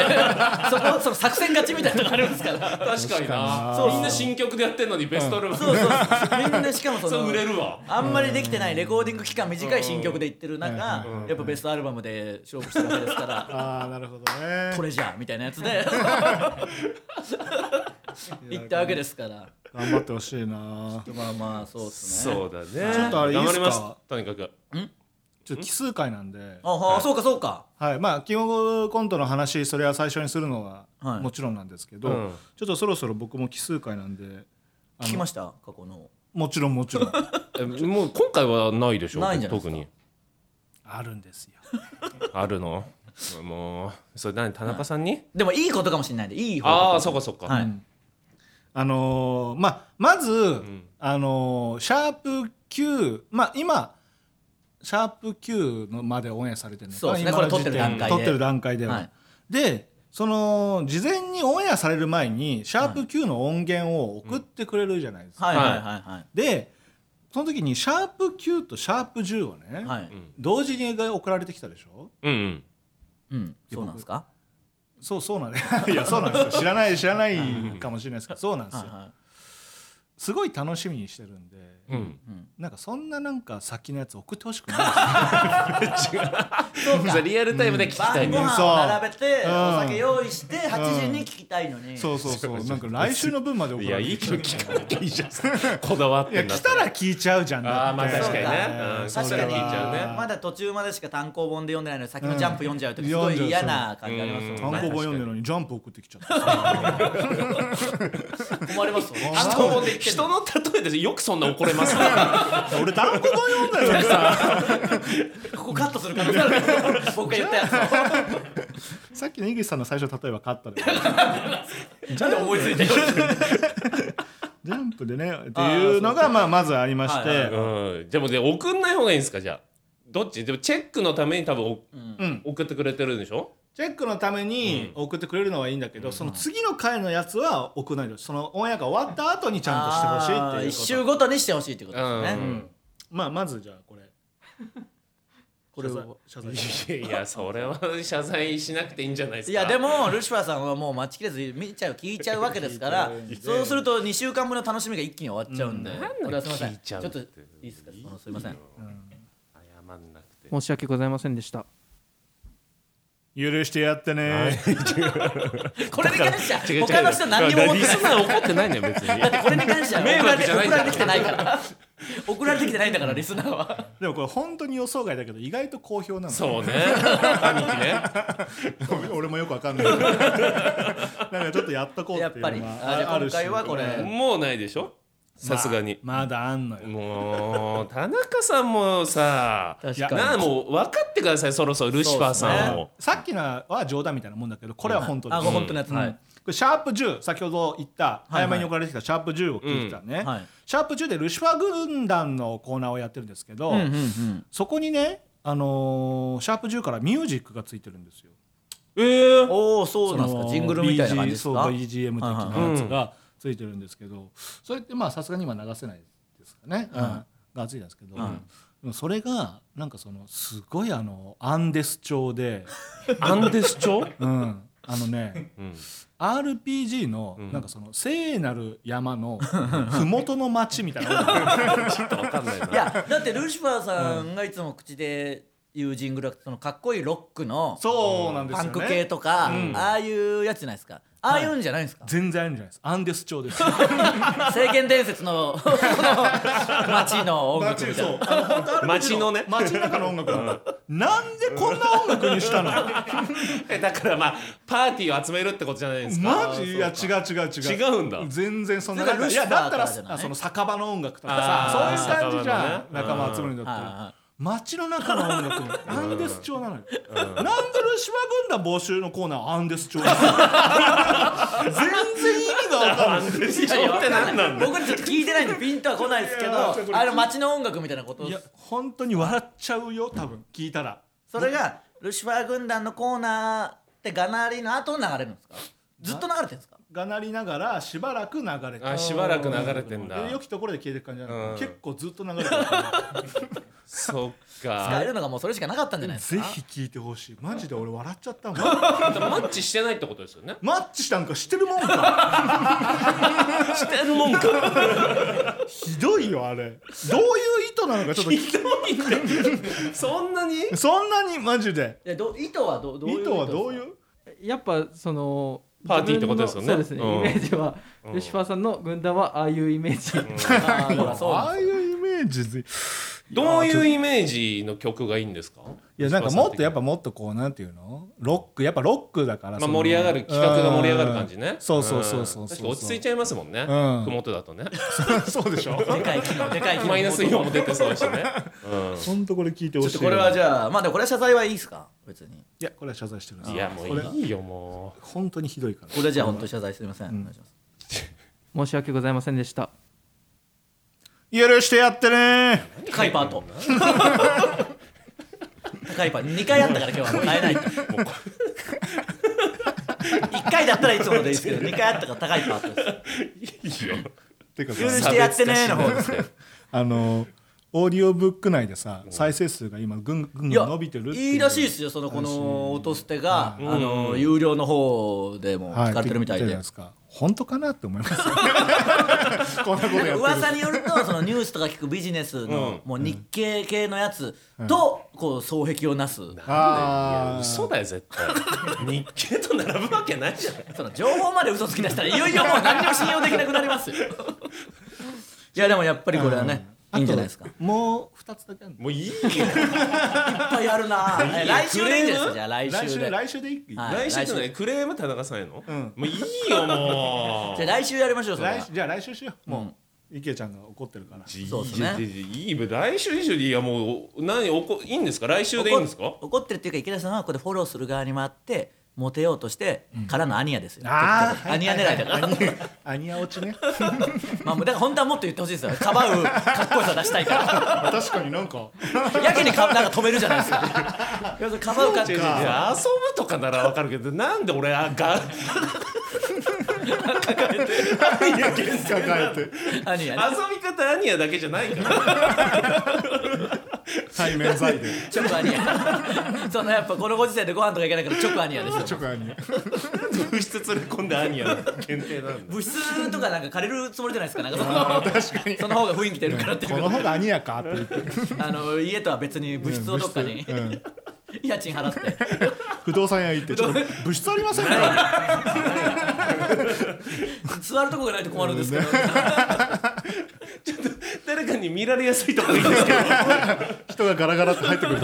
S3: そこその作戦勝ちみたいなのがあるんですから
S1: 確かにな
S3: そう
S1: みんな新曲でやってんのにベストアルバム、
S3: そうそうみんなしかもそ
S1: そ
S3: の
S1: う売れるわ
S3: あんまりできてないレコーディング期間短い新曲でいってる中
S6: うん
S1: うんうん
S3: やっぱベストアルバムで勝負してるわけですから
S6: ああなるほど ね
S3: トレジャーみたいなやつで 行ったわけですから
S6: 頑張ってほしいな
S3: まあまあそうですね
S1: そうだね
S6: ちょっとあれいいっ
S1: 頑張
S6: すか
S1: りますとにかく
S6: ちょっと奇数回なんで
S3: あはあそうかそうか
S6: はいまあキングオブコントの話それは最初にするのは
S3: はい
S6: もちろんなんですけど、
S1: うん
S6: ちょっとそろそろ僕も奇数回なんであの
S3: 聞きました過去の
S6: もちろんもちろ ん
S1: えもう今回はないでしょ
S3: ないんじゃないです
S1: 特
S3: か
S1: に
S6: あるんですよ
S1: あるのもうそれ何田中さんに、
S3: でもいいことかもしれないんでいい方
S1: ああー
S3: そ
S1: そうかそうか、
S3: はい
S6: うんあのーまあまず、
S1: ん
S6: あのーシャープ Q まあ今シャープ Q のまでオンエアされてるのか
S3: そうですね
S6: 今の
S3: これ撮ってる段階で
S6: 時点撮ってる段階では、
S3: はい
S6: でその事前にオンエアされる前にシャープ Q の音源を送ってくれるじゃないですか、
S3: はいはいは
S6: でその時にシャープ Q とシャープ10をね、
S3: いはいはい
S1: うん
S6: 同時に送られてきたでしょ
S1: うんうん
S3: うんそうなんですか
S6: そうそうなんです いやそうなんですよ知らない知らないかもしれないですけどそうなんです
S3: はい
S6: よ
S3: は
S6: すごい楽しみにしてるんで、
S1: うん
S6: なんかそんななんか先のやつ送ってほしくない
S3: いそう
S1: じ
S3: か
S1: ゃあリアルタイムで聞きたい
S3: 晩
S1: ね
S3: ご飯を並べて
S6: そう
S3: お酒用意して8時に聞きたいのに
S6: ですそうそうそう なんか来週の分まで送
S1: い
S6: ら
S1: や
S6: れ
S1: いい
S6: てき
S1: け
S6: た
S1: ど聞かなきゃいいじゃんこだわっ
S6: い
S1: て
S6: や
S1: んだ
S6: 来たら聞いちゃうじゃ ん
S1: あーまあ確かにねうん
S6: そ
S1: 確
S3: 確
S1: かに
S3: かに
S1: 聞いちゃうね
S3: まだ途中までしか単行本で読んでないので先のジャンプ読んじゃうときすごい嫌な感じあります
S6: 単
S3: もん
S6: 行本
S3: ね
S6: 読んでるのにジャンプ送ってきちゃった
S3: 困りますよね
S1: 人の人の例えでよくそんな怒れますね
S6: 俺単行本読んだよさ
S3: ここカットする可能性あるから僕が言ったや
S6: さっきの井口さんの最初例えば勝ったで
S3: つをなんで思いついてる
S6: ジャンプでねっていうのがまあまずありまし
S3: はい
S6: て
S1: うんでもね送んない方がいいんですかじゃあどっちでもチェックのために多分お
S6: うん
S1: 送ってくれてるんでしょ
S6: チェックのために送ってくれるのはいいんだけど、その次の回のやつは送らないでほしいそのオンエアが終わった後にちゃんとしてほしいっていうこと
S3: 一周ごとにしてほしいってことです
S1: う
S3: ね
S1: ん
S6: まあまずじゃあこれ
S3: これ
S6: 謝
S3: を
S6: 罪謝罪
S1: いやいやそれは謝罪しなくていいんじゃないですか
S3: いやでもルシファーさんはもう待ちきれず見ちゃう聞いちゃうわけですからそうすると2週間分の楽しみが一気に終わっちゃうんで、
S1: なんだ
S3: これはすいませ
S1: 聞い
S3: ん
S1: ち
S3: ち
S1: ゃ
S3: ょ
S1: う
S3: っ
S1: って
S3: といいですかそのすいませ
S1: 謝
S3: ん
S1: んなくて
S7: 申し訳ございませんでした
S6: 許してやってね
S3: これに関しては他の人何にも思って
S1: リ
S3: ない
S1: スナー怒ってないのよ 別に
S3: だってこれに関しては
S1: 迷
S3: 送ら
S1: 惑
S3: れ
S1: じ
S3: て
S1: ゃないん
S3: 送
S1: だから
S3: れてきてないから送られてきてないんだからリスナーは
S6: でもこれ本当に予想外だけど意外と好評なの
S1: そうね兄貴ね
S6: 俺もよくわ かんないなんかちょっとやっとこう
S3: や
S6: っ
S3: って
S6: いう
S3: ぱり
S6: の
S3: あじゃ
S6: が
S3: あ
S6: ある
S3: 今
S6: し
S3: 回はこれ
S1: もうないでしょさすがに、
S6: まだあんのよ
S1: もう田中さんもさ
S3: 確かに
S1: なあもう分かってくださいそろそろルシファーさんを、
S6: さっきのは冗談みたいなもんだけどこれは本当で
S3: あ
S6: す、
S3: 本当のやつ
S6: うん
S3: はい
S6: これシャープ10先ほど言った
S3: はい
S6: 早めに送られてきたシャープ10を聞いてたね、
S3: はい
S6: シャープ10でルシファー軍団のコーナーをやってるんですけど、
S3: うんうんうん
S6: そこにね、あのーシャープ10からミュージックがついてるんですよ。
S1: ええ
S3: おおそうなんです
S6: の
S3: かジングルみたいな感じですか
S6: BG そう BGM 的
S3: はい
S1: はい
S6: なやつがついてるんですけど、それってまあさすがに今流せないですかね、うんがついたんですけど、
S3: はい
S6: でもそれがなんかそのすごいあのアンデス調で、
S1: アンデス調、
S6: うん、あのね
S1: うん、
S6: RPG の
S1: うん
S6: なんかその聖なる 山の麓の町みたいな
S1: ちょっと分かんないない
S3: やだってルシファーさんがいつも口で言うジングルはそのかっこいいロックの
S6: そうなんです
S3: パ
S6: よ
S3: ン
S6: ね
S3: ク系とか、
S1: うん
S3: ああいうやつじゃないですかああいうんじゃないんですか、
S6: 全然あるんじゃないですアンデス調です
S3: 聖剣伝説の その街の音楽みたいな
S6: そうあの本当ある
S1: 街のね
S6: 街の中の音楽なのなんでこんな音楽にしたの
S1: えだからまあパーティーを集めるってことじゃないですか
S6: マジいや違う違う違う
S1: 違うんだ
S6: 全然そんな
S3: それがル
S6: い
S3: シフ
S6: や
S3: ァーから
S6: だったら
S3: じゃない
S6: あその酒場の音楽とか
S1: あー
S6: さそういう感じじゃん、
S1: 酒場のね
S6: 仲間集めるんだった
S3: はいは
S6: ら街の中の音 楽アンデス調なのよ、なんでルシファ軍団募集のコーナーアンデス調なの全然意味が分かんない
S1: アンデス調って何なんだ
S3: 僕らちょっと聞いてないんでピンとは来ないですけ
S6: いやー
S3: どあの街の音楽みたいなこと
S6: いや本当に笑っちゃうよ多分聞いたら
S3: それがルシファー軍団のコーナーってがなりの後に流れるんですかずっと流れてるんですか
S6: がなりながらしばらく流れて
S1: あしばらく流れてんだ
S6: で良きところで消えてく感じなの、
S1: うん
S6: 結構ずっと流れてるから
S1: そっ
S3: 使え
S1: か
S3: るのがもうそれしかなかったんじゃ ないです
S6: ぜ
S3: か
S6: ひ聞いてほしいマジで俺笑っちゃ ったもん
S1: マッチしてないってことですよね
S6: マッチしたんかしてるもんか
S1: してるもんか
S6: ひどいよあれどういう意図なのかちょっと聞
S1: そんなに
S6: きそんなにマジで
S3: いやど意図はどどうい
S6: 意
S3: う
S6: 図はどういうう
S7: やっぱその
S1: パーティーってことですよね
S7: 自分のそうですね、
S1: うん
S7: イメージは、ルシファーさんの軍団はああいうイメージ、
S3: あーほらそうな
S6: あ
S3: ん
S6: あ
S3: で
S6: いうイメージずい
S1: どういうイメージの曲がいいんですか
S6: いやなんかもっとやっぱもっとこうなんていうのロックやっぱロックだから
S1: ま
S6: そ
S1: あ、
S6: の
S1: 盛り上がる企画が盛り上がる感じね
S6: うんそうそうそうそ
S1: ん
S6: う
S1: 確かに落ち着いちゃいますもんね
S6: うん
S1: 麓だとね
S6: ゃそうでしょ
S3: すでかい機能でかい機能
S1: マイナスイオンも出てそうだしね
S6: ほんとこれ聞いて
S3: ちょ
S6: ほ
S3: っ
S6: しい
S3: とこれはじゃあまあでもこれは謝罪はいいですか別に
S6: いやこれは謝罪してくだ
S1: う
S6: さ
S1: ん
S6: い
S1: いやも
S6: これ
S1: ういいよも
S6: 本当にひどいから
S3: これじゃあ本当に謝罪すみません、お願いします
S7: 申し訳ございませんでした
S6: 許してやってね
S3: 高いパート高いパート2回あったから今日は変えないと1回だったらいつものでいいですけど2回あったから高いパートです
S1: ういいよ
S6: てかさ
S3: 許してやってねーの方ですね
S6: あのオーディオブック内でさ再生数が今ぐんぐん
S3: い
S6: ぐん伸びてるってい
S3: い
S6: う
S3: いらしいですよそのこの音捨てが、
S1: ん
S3: あの有料の方でも
S6: はい
S3: 使われてるみたい
S6: 言って
S3: で、
S6: じゃないすか本当かなって思 いますよこんなことやってる
S3: 噂によるとそのニュースとか聞くビジネスの、もう日経系のやつと、こう双璧をなす、
S1: いや
S6: あ
S1: 嘘だよ絶対 日経と並ぶわけないじゃない
S3: その情報まで嘘つき出したらいよいよもう何にも信用できなくなりますよいやでもやっぱりこれはね、いいんじゃないですかいっ
S6: あもう2つだけあるの
S1: もういいよ
S3: ぱいあるなぁ来週でいいんじゃないですかじゃあ来週
S6: 来週
S3: で
S6: 来週でいい
S3: はい
S1: 来週じゃな
S3: 来
S1: いクレーム田中さんへの
S6: ん
S1: もういいよも
S3: じゃあ来週やりましょうそれは
S6: 来週じゃあ来週しようもう池ちゃんが怒ってるから
S1: う
S3: そうですね
S1: いいいいいいよ来週以上でいいやもう何おこいいんですか来週でいいんですか
S3: 怒ってるっていうか池田さんはここでフォローする側に回ってモテようとしてからのアニヤですよ、
S6: あー
S3: アニヤ狙いだから、
S6: アニア落ちね
S3: まあもうだから本当はもっと言ってほしいですよかばうかっこよさ出したいか
S6: 確かになんから
S3: やけにかなんか止めるじゃないですか 要するにかばうかっこ
S1: い
S3: よ
S1: やい
S3: さ
S1: や遊ぶとかならわかるけどなんで俺あが
S6: 抱えて
S3: アニヤね
S1: 遊び方アニヤだけじゃないから
S6: 対面剤で
S3: 直アニヤそのやっぱこのご時世でご飯とか行けないから直アニヤですよ
S6: 直アニア
S1: 物質連れ込んでアニヤ限定なんだ
S3: 物質とかなんか借りるつもりじゃないですかなんかそのその方が雰囲気出るからっていう
S6: こ
S3: か
S6: の方がアニアかって言 って
S3: あの家とは別に物質をどっかに、
S6: うん
S3: 家賃払って
S6: 不動産屋行ってちょっと物質ありませんか
S3: 座るとこがないと困るんですけど、
S1: 誰かに見られやすいとこいいんですけど
S6: 人がガラガラって入ってくる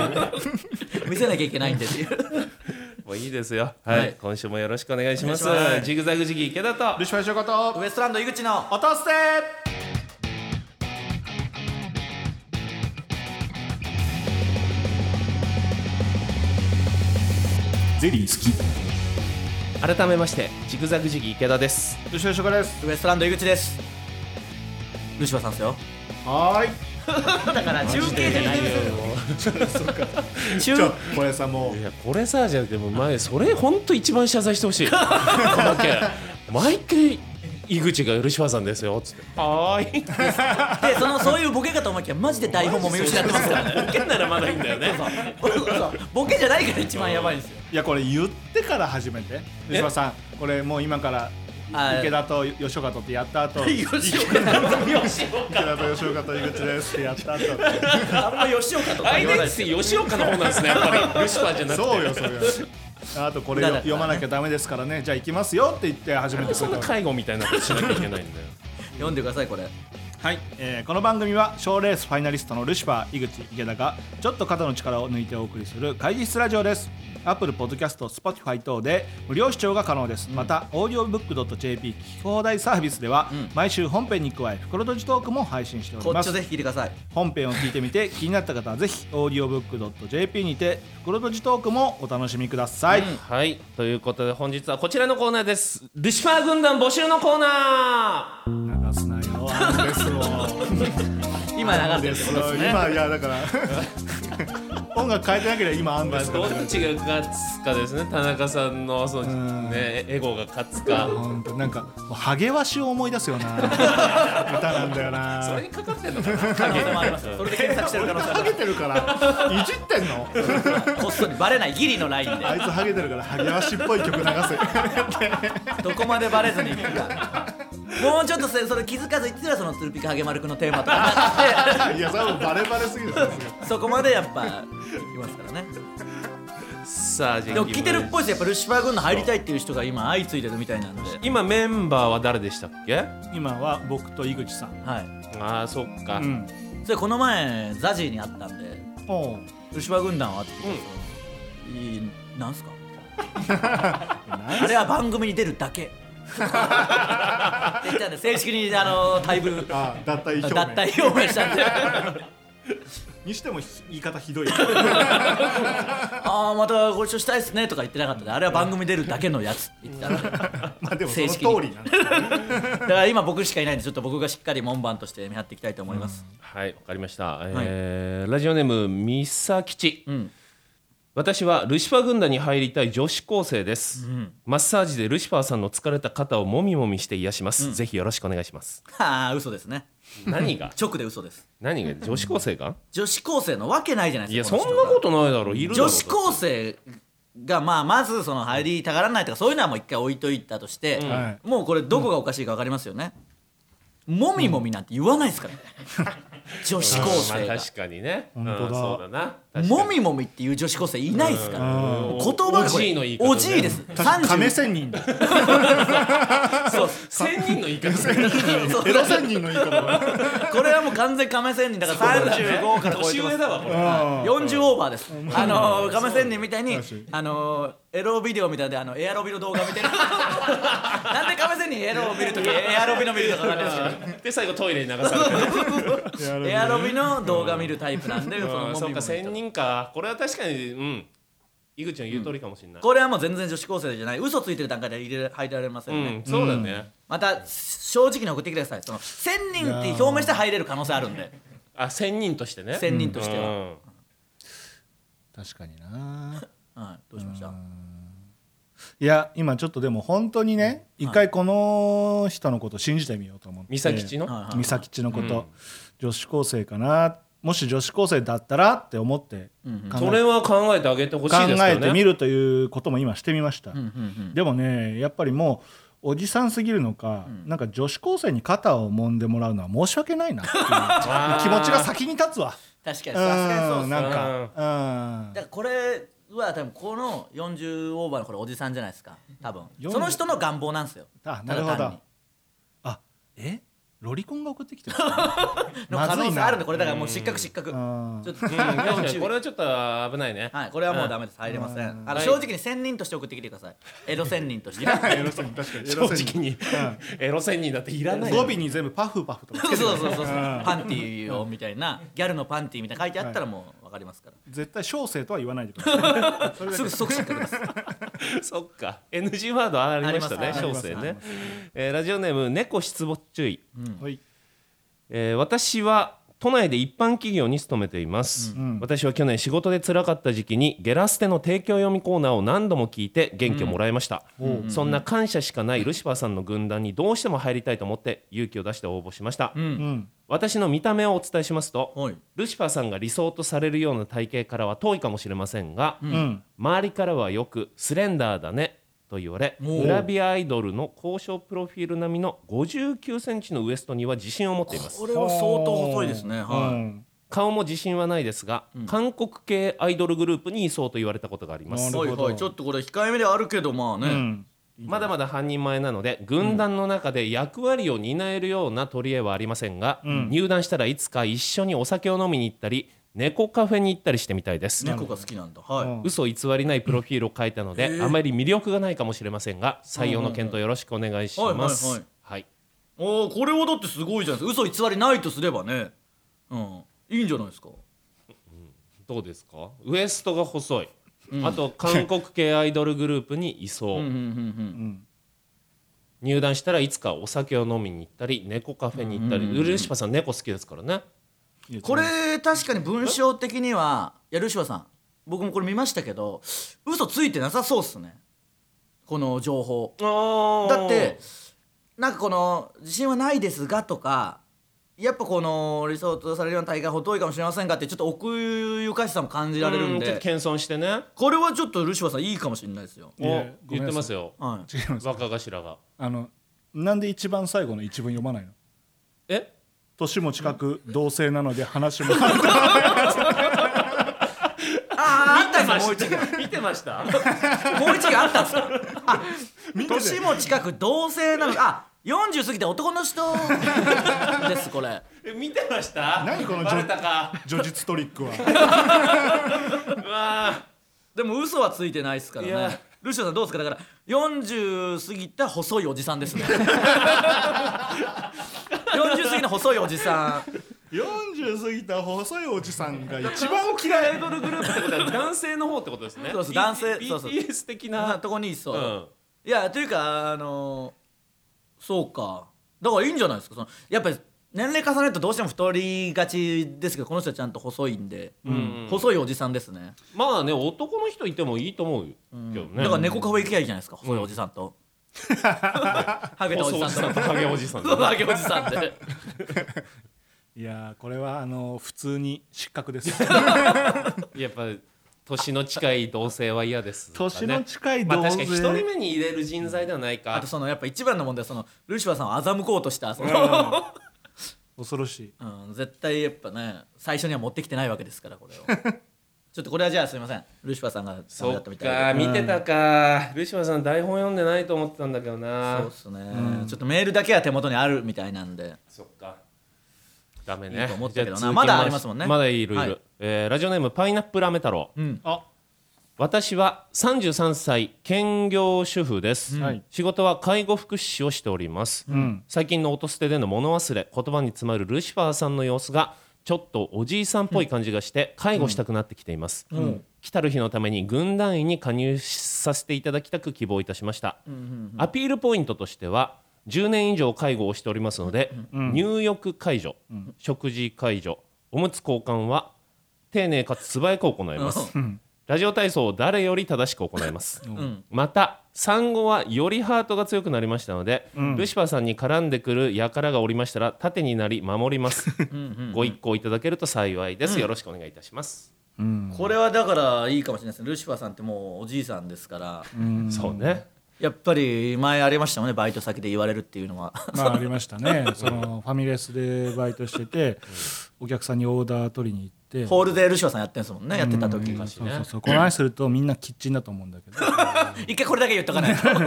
S3: 見せなきゃいけないんでっていう
S1: もういいですよはい、
S3: はい
S1: 今週もよろしくお願いします
S3: お願いします
S1: ジグザグジギー池田と
S6: ルシファー翔子と
S3: ウエストランド井口の
S6: 落とせゼリー好き
S1: 改めましてジグザグジギー池田です
S6: ルシファー翔子です
S3: ウエストランド井口ですルシファーさんですよ
S6: はーい
S3: だから中継じゃないよ
S6: ちょこれさもう
S1: いやこれさじゃなくてもう前それ本当一番謝罪してほしいこの件毎回井口が漆原さんですよつってはーい
S3: でそのそういうボケかと思いきやマジで台本も見失ってますからね
S1: ボケならまだいいんだよね
S3: ボケじゃないから一番やばいんですよ
S6: いやこれ言ってから初めてルシファーさんこれもう今から
S3: はい
S6: 池田と吉岡とってやった後池
S3: 吉岡
S6: 田と吉岡と井口ですってやった後
S3: あんま吉岡とか
S1: アイ
S3: 言わ
S1: デ
S3: な
S1: ンティ
S3: いです
S1: テ
S3: よ
S1: ィ吉岡の方なんですねやっぱり漆原じゃなくて
S6: そうよそうよあとこれ
S3: 裏だから
S6: よ
S3: ね
S6: 読まなきゃダメですからねじゃあ行きますよって言って初めて
S1: そんな介護みたいなことしなきゃいけないんだよ
S3: 読んでくださいこれ
S6: はい、えーこの番組は賞ーレースファイナリストのルシファー井口池田がちょっと肩の力を抜いてお送りする会議室ラジオですアップルポッドキャスト Spotify 等で無料視聴が可能です、またオーディオブック .jp 聞き放題サービスでは、毎週本編に加え袋閉じトークも配信しており
S3: こ
S6: ま
S3: っち
S6: す
S3: をぜひ聞いてください
S6: 本編を聞いてみて気になった方はぜひオーディオブック .jp にて袋閉じトークもお楽しみください、
S1: はいということで本日はこちらのコーナーですルシファー軍団募集のコーナー
S6: 流すなよアンデスを
S3: 今流れてるってことですね
S6: 今いやだから音楽変えてなければ今アン
S1: ま
S6: バ
S1: あ、
S6: ス
S1: どっちが勝つかですね田中さんのそ
S6: うん
S1: の、ね、エゴが勝つか
S6: 本当なんかもう励ましを思い出すよう な歌なんだよな
S1: それにかかってんのかな影
S3: もありますよそれで検索してる可能性あ
S6: ハ
S3: る
S6: ゲてるからいじってんの
S3: こっそりバレないギリのラインで
S6: あいつハゲてるからハゲ足っぽい曲流せ
S3: どこまでバレずにいくかもうちょっとそれそれ気づかず言ってたらその鶴ピカハゲマルくんのテーマとかになっ
S6: いやそれはもうバレバレすぎるさすが
S3: てそこまでやっぱいますからね
S1: さあじゃあ
S3: でも来てるっぽいですやっぱルシファー軍の入りたいっていう人が今相次いでるみたいなんで
S1: 今メンバーは誰でしたっけ
S6: 今は僕と井口さん
S3: はい
S1: ああそっか、
S6: うん
S3: それこの前ザジーに会ったんで
S6: おう
S3: ルシファー軍団はって聞いたらいいなん すかあれは番組に出るだけって言ったんで正式にあの退部
S6: あ脱退表
S3: 脱
S6: 明
S3: 退表明したんで
S6: にしても言い方ひどい
S3: ああまたご一緒したいっすねとか言ってなかったんであれは番組出るだけのやつって言ってたんでだか
S6: まあでもその
S3: 正
S6: 通
S3: 式に
S6: りなんです
S3: ら今僕しかいないんでちょっと僕がしっかり門番として見張っていきたいと思います、
S1: はいわかりました、えーラジオネーム三沢吉、
S3: ん
S1: 私はルシファー軍団に入りたい女子高生です、マッサージでルシファーさんの疲れた肩をもみもみして癒します、ぜひよろしくお願いします
S3: はあ嘘ですね
S1: 何が
S3: 直で嘘です
S1: 何が女子高生が
S3: 女子高生のわけないじゃ ない
S1: いや
S3: です
S1: そ
S3: か
S1: んな
S3: の人が
S1: ことないだろいるだろ
S3: 女子高生がまあまずその入りたがらないとかそういうのはもう一回置いといたとして、
S6: は
S3: もうこれどこがおかしいか分かりますよね、もみもみなんて言わないですから、 女子高生
S1: まあ
S3: が、
S1: 確かにね
S6: 本当だ
S1: うんそうだな確かに
S3: もみもみっていう女子高生いないですから、
S1: ん
S3: 言葉がこ
S1: おじ
S3: れ
S1: いの言い方ね
S3: おじいです
S6: 確かに亀
S3: 30
S6: 仙人 だ
S3: そう
S1: 千人の言い方する
S6: エロ仙人の言い方だ
S3: これはもう完全亀仙人だから35から超え
S1: 年
S3: てま
S1: 上
S3: す
S1: だわこれ
S3: 40オーバーです、あのー、亀仙人みたいに
S6: 確かに、
S3: あのー、エロビデオみたいであのエアロビの動 画見てるなんで亀仙人エロを見るときエアロビの見るとかなんです
S1: で最後トイレに流される
S3: けどエアロビの動画見るタイプなんで、その
S1: うん
S3: もみ
S1: そっ
S3: もみ
S1: か
S3: と
S1: 千人かこれは確かにうん井口の言う通りかもしれない
S3: これはもう全然女子高生じゃない嘘ついてる段階で入れ入れられませんね、
S1: うんそうだね
S3: また正直に送ってきてくださいその1000人って表明して入れる可能性あるんで
S1: あ千人としてね
S3: 1000人としては、
S1: は
S6: 確かにな
S3: はい、どうしました
S6: いや今ちょっとでも本当にね一回この人のことを信じてみようと思って
S1: 三崎吉の
S3: はいはい
S6: 美咲ちのこと、女子高生かなもし女子高生だったらって思って考
S1: そ
S6: え,、
S1: れは考えてあげてほしいです
S6: 考え
S1: よ
S6: てみ
S1: ね
S6: るということも今してみました、
S3: うん
S6: でもねやっぱりもうおじさんすぎるのか、なんか女子高生に肩を揉んでもらうのは申し訳ないなっていう気持ちが先に立つわ
S3: 確か
S6: う
S3: に確かにそうっすね
S6: んなんか
S3: だからこれは多分この40オーバーのこれおじさんじゃないですか多分
S6: 40
S3: その人の願望なんですよ
S6: あ
S3: ただ
S6: なるほ
S3: 単
S6: ど
S3: に
S6: あえロリコンが送ってき てる
S3: の可能性あるんでこれだからもう失格失格ちょ
S6: うん
S3: っと
S1: うん確かにこれ
S3: は
S1: はちょっと危ないね
S3: いこれはもうダメです入れませんあの
S1: はい
S3: 正直に仙人として送ってきてください江戸仙人として
S6: エロ仙人確かにエ
S1: 正
S6: ロ仙人
S1: 直にエロ千人だっていらない
S6: 語尾に全部パフパフとかつ
S3: そうそう
S6: けて
S3: そう
S6: る
S3: そうパンティーをみたいなギャルのパンティーみたいな書いてあったらもう分かりますか
S6: 絶対小生とは言わないでくださいそれ
S3: らす
S6: だけ
S3: ぐ即失格です
S1: そっか NG ワードありました
S3: あ
S1: ね
S3: り
S1: 小
S3: ます
S1: 生
S3: あり
S1: ねえーラジオネーム猫出没注意
S6: はい
S1: えー私は都内で一般企業に勤めています、
S6: ん
S1: 私は去年仕事で辛かった時期にゲラステの提供読みコーナーを何度も聞いて元気をもらいました、そんな感謝しかないルシファーさんの軍団にどうしても入りたいと思って勇気を出して応募しました、
S6: うん
S1: 私の見た目をお伝えしますと、
S3: はい
S1: ルシファーさんが理想とされるような体型からは遠いかもしれませんが、
S6: うん
S1: 周りからはよく「スレンダーだね」と言われ
S3: おう
S1: グラビアアイドルの高尚プロフィール並みの5 9センチのウエストには自信を持っています
S3: これは相当細いですねはい
S6: い
S1: 顔も自信はないですが、韓国系アイドルグループにいそうと言われたことがありま
S6: な
S1: す
S6: る
S3: はいはいちょっとこれ控えめではあるけどまあ
S6: う
S3: ね
S6: ん
S1: まだまだ半人前なので軍団の中で役割を担えるような取り柄はありませんが、入団したらいつか一緒にお酒を飲みに行ったり猫カフェに行ったりしてみたいです、
S3: 猫が好きなんだはい
S6: うん
S1: 嘘偽りないプロフィールを書いたので、あまり魅力がないかもしれませんが採用の検討よろしくお願いします、
S3: うんうんうん
S1: はい
S3: おーこれはだってすごいじゃないですか嘘偽りないとすればねうんいいんじゃないですか
S1: どうですかウエストが細い、あと韓国系アイドルグループにいそう、
S3: うんうんうん
S1: 入団したらいつかお酒を飲みに行ったり猫カフェに行ったり、うるしぱさん猫好きですからね
S3: うんこれ確かに文章的にはいやルシファーさん僕もこれ見ましたけど嘘ついてなさそうっすねこの情報
S1: あ
S3: だってなんかこの「自信はないですが」とかやっぱこの理想とされるような大会ほどいかもしれませんがってちょっと奥ゆかしさも感じられるん
S1: ちょっ
S3: で
S1: と謙遜してね
S3: これはちょっとルシファーさんいいかもしれないですよ
S6: いや
S1: お言ってますよ
S3: はい
S6: 違います
S1: 若頭が
S6: あのなんで一番最後の一文読まないの
S1: え
S6: 年も近く同性なので話も
S3: あああったんで
S1: 見
S3: すよもう一
S1: てました 見てました
S3: 件もう一件あったんです かあ年も近く同性なのあ40過ぎた男の 人ですこれ
S1: え見てました
S6: 何この
S1: バレたか
S6: 叙述トリックは
S1: うわ
S3: でも嘘はついてないですから
S1: い
S3: ね
S1: や
S3: ルシオさんどうですかだから40過ぎた細いおじさんですね 40過ぎの細いおじさん
S6: 40過ぎた細いおじさんが一番嫌
S1: ー
S6: い
S1: アイドルグループってことは男性の方ってことですね
S3: そうそう男性そうそう
S1: BTS 的
S3: な
S1: な
S3: とこにいそう、
S1: うん
S3: いやというかあのそうかだからいいんじゃないですかそのやっぱり年齢重ねるとどうしても太りがちですけどこの人はちゃんと細いんで、
S1: ん
S3: 細いおじさんですね、
S1: まあね男の人いてもいいと思うけどね
S3: だから猫カフェ行きゃいいじゃないですか細いおじさん と、ハゲたおじさんと
S1: とハゲおじさん
S3: そうハゲおじさんで
S6: いやーこれはあの普通に失格 です
S1: やっぱ年の近い同性は嫌です
S6: 年の近い
S1: まあ
S6: 同
S1: 確かに一人
S6: 性
S1: 目に入れる人材ではない
S3: あ
S1: か
S3: とそのやっぱ一番の問題はそのルシファーさんを 欺こうとしたその、
S6: 恐ろしい
S3: うん、絶対やっぱね最初には持ってきてないわけですからこれをちょっとこれはじゃあすいませんルシファーさんがダメ
S1: そ
S3: だ
S1: っ
S3: ったみた
S1: か
S3: いで
S1: 見てたかルシファーさん台本読んでないと思ってたんだけど
S3: そう
S1: な
S3: っすね、ちょっとメールだけは手元にあるみたいなんで
S1: そっかダメ
S3: い
S1: ね
S3: いと思ったけどな
S1: じゃ続き
S3: まだありますもんね
S1: まだいるいる、
S3: はい
S1: えーラジオネームパイナップルアメ太郎
S3: うん
S6: あ
S1: 私は33歳兼業主婦です、
S6: はい
S1: 仕事は介護福祉士をしております、
S6: ん
S1: 最近の音捨てでの物忘れ言葉に詰まるルシファーさんの様子がちょっとおじいさんっぽい感じがして介護したくなってきています、来たる日のために軍団員に加入させていただきたく希望いたしました、アピールポイントとしては10年以上介護をしておりますので、入浴介助、食事介助おむつ交換は丁寧かつ素早く行います、ラジオ体操を誰より正しく行います、また産後はよりハートが強くなりましたので、ルシファーさんに絡んでくる輩がおりましたら盾になり守りますご一行いただけると幸いです、よろしくお願いいたします、
S3: これはだからいいかもしれないですねルシファーさんってもうおじいさんですから
S1: そうね
S3: やっぱり前ありましたもんねバイト先で言われるっていうの は
S6: まあありました ねそのファミレスでバイトしててお客さんにオーダー取りに行って
S3: ホールでルシファーさんやってるんですもんねやってた時
S6: うんそう
S1: ね
S6: そうそうこの話するとみんなキッチンだと思うんだけど
S3: 一回これだけ言っとかないとこ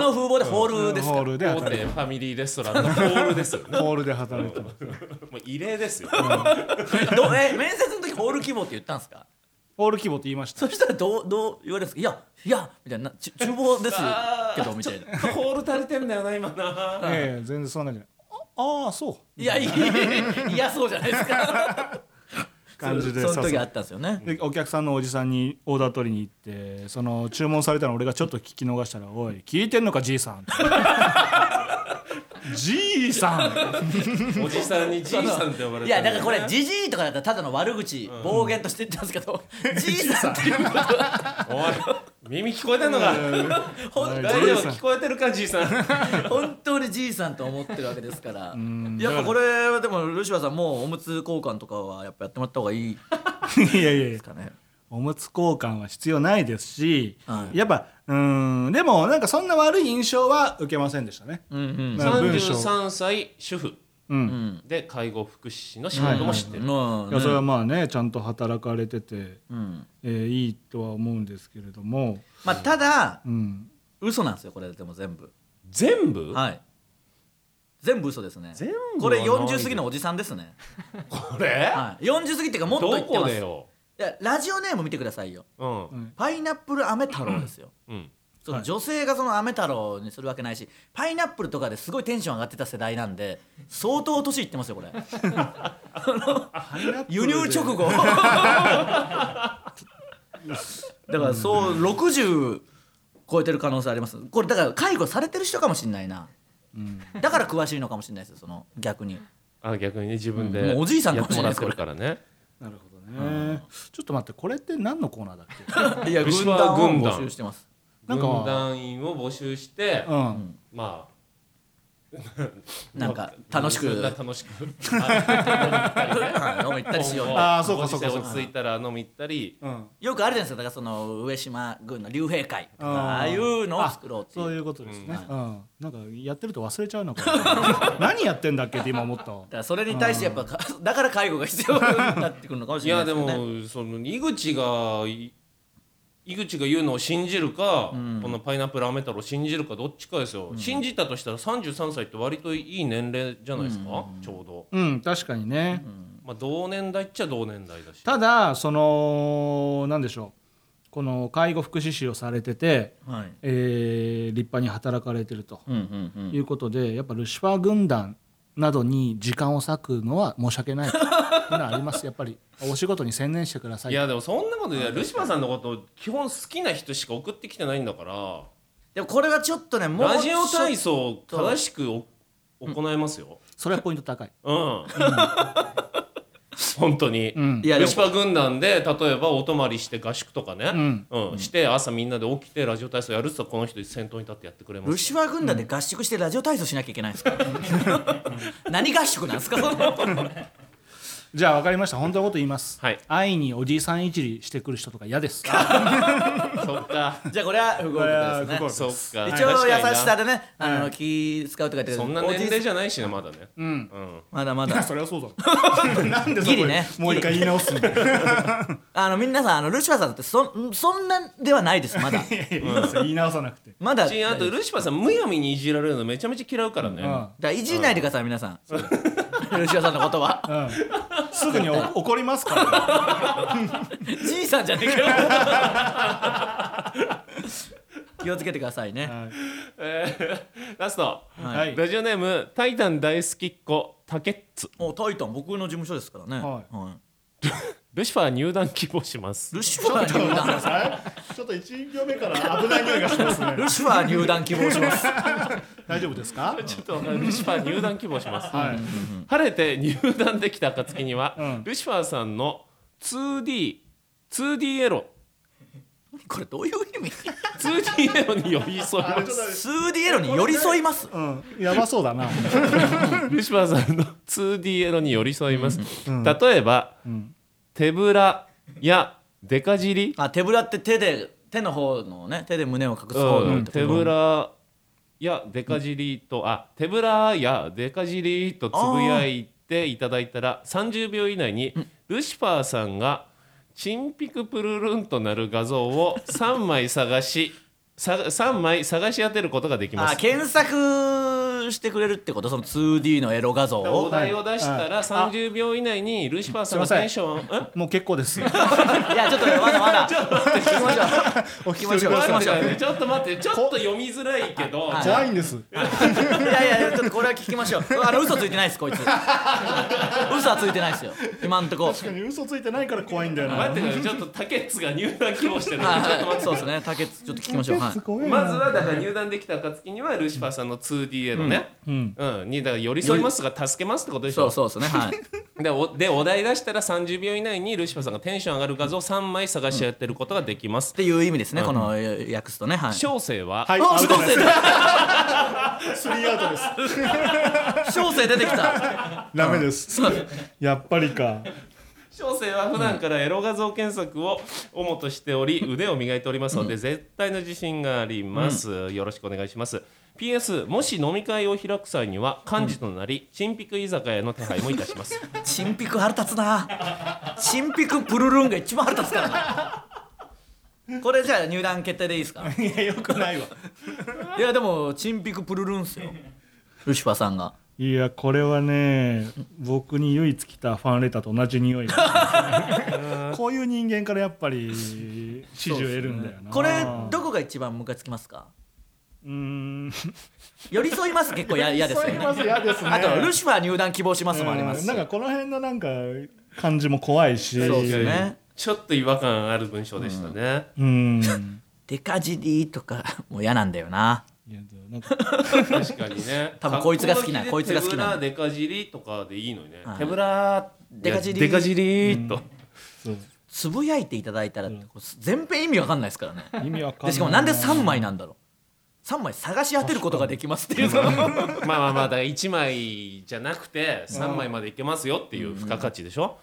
S3: の風貌でホールです
S6: ホ
S3: か
S6: ールで
S1: 大
S6: 働い
S1: 手ファミリーレストランのホールですよね
S6: てホールで働いてます
S1: もう異例ですよ
S3: らどえ面接の時ホール希望って言ったんですか
S6: ホール規模って言いました
S3: そしたらどうどう言われるんですかいやいやみたいなちゅ厨房ですけどみたいな
S1: ホール足りてんだよな今な
S6: ええ全然そんなんじゃないああーそう
S3: いやいいいやそうじゃないですか
S6: 感じで
S3: そその
S6: そ
S3: 時
S6: うそう
S3: あったんですよね
S6: でお客さんのおじさんにオーダー取りに行ってその注文されたの俺がちょっと聞き逃したら「おい聞いてんのかじいさ ん」じいさん
S1: おじさんにじいさんって呼ばれてる
S3: いやだからこれじじいとかだったらただの悪口、暴言として言ってたんですけどじいさんっていうことは
S1: おい耳聞こえてんのか
S3: 本
S1: 大丈夫聞こえてるかじいさん
S3: 本当にじいさんと思ってるわけですからやっぱこれはでもルシファーさんもうおむつ交換とかはやっぱやってもらった方がいいで
S6: いやいやいや
S3: すかね
S6: おむつ交換は必要ないですし、
S3: はい
S6: やっぱうーんでもなんかそんな悪い印象は受けませんでしたね、
S3: うんうん
S6: なんか文章
S1: 33歳主婦
S6: うん
S1: で介護福祉士の仕事も知ってる、
S3: ま
S6: い
S3: あ
S6: やそれは
S3: ね
S6: まあねちゃんと働かれてて、
S3: うん
S6: えーいいとは思うんですけれども、
S3: まあただ
S6: うん、
S3: 嘘なんですよこれでも全部
S1: 全部、
S3: はい全部嘘ですね
S1: 全部は
S3: これ
S1: ないで
S3: 40過ぎのおじさんですね
S1: これ
S3: はい40過ぎっていうかもっと
S1: ど
S3: 言って
S1: こ
S3: ます
S1: でよ、
S3: いやラジオネーム見てくださいよ
S1: うん
S3: パイナップルアメ太郎ですよ、
S1: うん、
S3: その女性がそのアメ太郎にするわけないしパイナップルとかですごいテンション上がってた世代なんで相当年いってますよこれ輸入直後 だからそう60超えてる可能性ありますこれだから介護されてる人かもしれないな、だから詳しいのかもしれないですよその逆に
S1: あ逆にね自分で
S3: もうおじいさんかもしれない
S1: やってもらってるからね
S6: なるほどねちょっと待ってこれって何のコーナーだっけ
S3: いや
S1: 牛
S3: 軍
S1: は
S3: 団を
S1: 軍団
S3: 募集してます
S6: なんか
S1: 軍団員を募集して、
S6: うん
S1: まあ
S3: なんか 楽しく
S1: みんな楽しくあ
S3: 飲み行ったりしよう よ
S6: あーそうかそうかそう
S1: 落
S6: か
S1: ち着いたら飲み行ったり
S6: うん
S3: よくあるじゃないですかだからその上島軍の竜兵会とか
S6: うん
S3: ああいうのを作ろうって
S6: そう
S3: いう
S6: いうことですね、
S3: う
S6: うんなんかやってると忘れちゃうのか 何やってんだっけって今思ったわ
S3: だからそれに対してやっぱか だから介護が必要になってくるのかもし
S1: い
S3: れな
S1: や
S3: いで
S1: です
S3: よ
S1: も
S3: ね
S1: その井口がい井口が言うのを信じるか、このパイナップルアメ太郎を信じるかどっちかですよ、信じたとしたら33歳って割といい年齢じゃないですか、ちょうど、
S6: うん確かにね、
S1: まあ、同年代っちゃ同年代だし、
S6: ただその何でしょうこの介護福祉士をされてて、
S3: はい
S6: えー立派に働かれてると
S3: うんうんうん
S6: いうことで、やっぱルシファー軍団などに時間を割くのは申し訳ないというのはありますやっぱりお仕事に専念してください
S1: い、やでもそんなこといやルシファーさんのこと基本好きな人しか送ってきてないんだから
S3: でもこれはちょっとねもう
S1: ラジオ体
S3: ち
S1: 操正しくお行いますよ。
S6: それはポイント高い、
S1: うん。 本当に。
S6: うん
S3: いやで
S1: ル
S3: も
S1: シファ軍団で例えばお泊まりして合宿とかね、
S6: ん
S1: うんして朝みんなで起きてラジオ体操やるっつったらこの人先頭に立ってやってくれます
S3: ルシファー軍団で合宿してラジオ体操しなきゃいけないんですか何合宿なんですかその
S6: じゃあ分かりました本当のこと言います、
S1: はい
S6: 愛におじいさんいじりしてくる人とか嫌です
S1: そっか
S3: じゃあこれは不合格ですね
S1: そっか
S3: 一応
S1: 確かにな
S3: 優しさでねあの気使うとか言ってるけど
S1: そんな
S3: おじ
S1: 年
S3: い
S1: 齢じゃないしねまだね、うんうん、
S3: まだまだ
S6: それはそうだなんでそ
S3: ギ
S6: こ
S3: リね
S6: もう一回言い直すんだ
S3: あの皆さんあのルシファーさんってそんそんなではないですまだ
S6: いいですよ言い直さなくて、
S3: まだ
S1: ちあとルシファさんむやみにいじられるのめちゃめちゃ嫌うからね、
S6: うん
S3: だからいじんないでください、皆さん。ルシアさんのことは。
S6: うん、すぐにお怒りますから、
S3: じいさんじゃねえかよ。 気をつけてくださいね。
S6: はい
S1: ラスト、
S3: はい
S6: はい
S1: ラジオネームタイタン大好きっ子タケッツ
S3: もうタイタン、僕の事務所ですからね。
S6: はい
S3: は
S1: ルシファ入団希望します
S3: いルシファー入団。
S6: ちょっと1行目から危ない匂いがしますね
S3: ルシファー入団希望します。
S6: 大丈夫ですか
S1: ちょっとわかんないルシファー入団希望します、
S6: はい
S1: 晴れて入団できた暁には、
S6: うん
S1: ルシファーさんの 2D2D エロ
S3: これどういう意味
S1: 2D エロに寄り添います
S3: スーディエロに寄り添います。
S6: うん、やばそうだな
S1: ルシファーさんの 2D エロに寄り添います、例えば、手ぶらやデカ尻、
S3: あ、手ぶらって手で、手の方のね、手で胸を隠す方
S1: う
S3: の
S1: ん
S3: ってこと
S1: 手ぶらやデカ尻と、あ手ぶらやデカ尻とつぶやいていただいたら30秒以内にルシファーさんがチンピクプルルンとなる画像を3枚探しさ3枚探し当てることができま
S3: あ、
S1: す。
S3: 検索してくれるってことその 2D のエロ画像
S1: お
S3: を。
S1: 題を出したら30秒以内にルシファーさんの
S6: すいません
S1: テンションん
S6: もう結構です
S3: いや、ちょっとまだまだ。聞きましょう。
S6: お
S3: きましょう
S1: 待
S3: 聞
S1: っ
S3: きましょう
S1: てちょっと待ってちょっと読みづらいけど
S3: はい
S6: 怖いんです
S3: いやいやいやちょっとこれは聞きましょうあの嘘ついてないですこいつ嘘はついてないですよ今んとこ
S6: 確かに嘘ついてないから怖いんだよ
S1: 待
S6: な
S1: ってくださいちょっとタケッツが入団希望してるん でちょっと待って
S3: はいはいそうですね竹内ちょっと聞きましょうはい
S6: 怖いな
S1: まずはだから入団できた暁にはルシファーさんの 2DA のね、うんにだから寄り添いますとか助けますってことでし
S3: そ
S1: ょ
S3: うそうですねはい
S1: でおでお題出したら30秒以内にルシファーさんがテンション上がる画像を3枚探し合ってることができます
S3: っ、ていう意味ですねこのえ訳すとねはい
S1: 小生は、
S6: はい
S3: あ
S6: アウ
S3: 小
S6: トで
S3: 生だ
S6: すスリーアウトです
S3: 小生出てきた
S6: ダメですやっぱりか
S1: 小生は普段からエロ画像検索を主としており、腕を磨いておりますので、絶対の自信があります、よろしくお願いします PS もし飲み会を開く際には幹事となり、チンピク居酒屋の手配もいたします
S3: チンピク腹立つなチンピクプルルンが一番腹立つからなこれじゃあ入団決定でいいですか
S6: いやよくないわ
S3: いやでもチンピクプルルンっすよルシファーさんが
S6: いやこれはね僕に唯一来たファンレターと同じ匂い がこういう人間からやっぱり支持を得るんだよな、
S3: これどこが一番ムカつきますか
S6: うーん
S3: 寄り添います結構や嫌ですよ
S6: そう言いま
S3: ね
S6: す嫌ですね
S3: あとルシファー入団希望しますもありますし
S6: なんかこの辺のなんか感じも怖いし
S3: そうですね
S1: ちょっと違和感ある文章でしたね、
S6: うん
S3: デカジリとかもう嫌なんだよない
S6: やなんか
S1: 確かに ね
S3: 多分こいつが好きなこいつが好き
S1: 手ぶ
S3: な
S1: らデカ尻とかでいいのにね
S3: い
S1: 手ぶら
S3: デカ尻
S1: デカ尻と、
S3: つぶやいていただいたらってこれ全編意味わかんないですからね
S6: 意味わかんな
S3: で
S6: い
S3: しかもなんで3枚なんだろう3枚探し当てることができますっていうそ
S1: ま
S3: の
S1: あまあまあだから1枚じゃなくて3枚までいけますよっていう付加価値でしょ、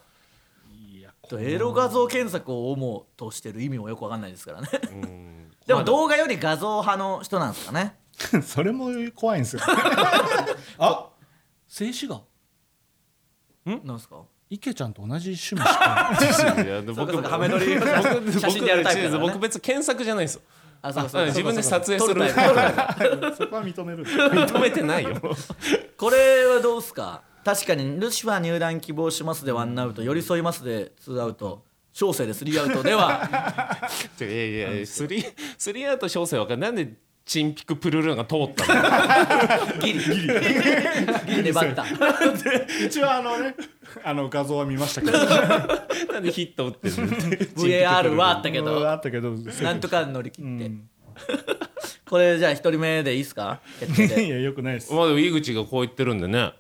S3: エロ画像検索を主としてる意味もよくわかんないですからね
S1: うん
S3: でも動画より画像派の人なんですかね
S6: それも怖いんですよあ静止画
S3: なんですか
S6: 池ちゃんと同じ 趣味し て
S1: いやで
S3: そう
S1: 僕
S3: かそうかハメ 撮り
S1: 僕
S3: 写真でやるタイプだからね
S1: 僕別に検索じゃないんですよ
S3: あそうかそう
S1: うん
S3: か
S1: 自分で撮影
S3: 撮
S1: する
S3: タイプ
S6: るそこは認める
S1: 認めて ないよ
S3: これはどうすか確かに「ルシファー入団希望します」でワンアウト「寄り添います」でツーアウト「小生」でスリーアウトでは
S1: ちょいやいやいやスリースリーアウト小生はかんなんでチンピクプルルンが通ったの
S3: ギリ ギリギリ粘 った
S6: 一応あのねあの画像は見ましたけど
S1: なんでヒット打ってるの
S3: VAR はあったけ
S6: うんあ
S3: ど
S6: ったけど
S3: なんとか乗り切
S6: う
S3: って
S6: ん
S3: これじゃあ一人目でいいですか決定
S6: い
S3: で
S6: やよくないで す
S1: まあでも井口がこう言ってるんでね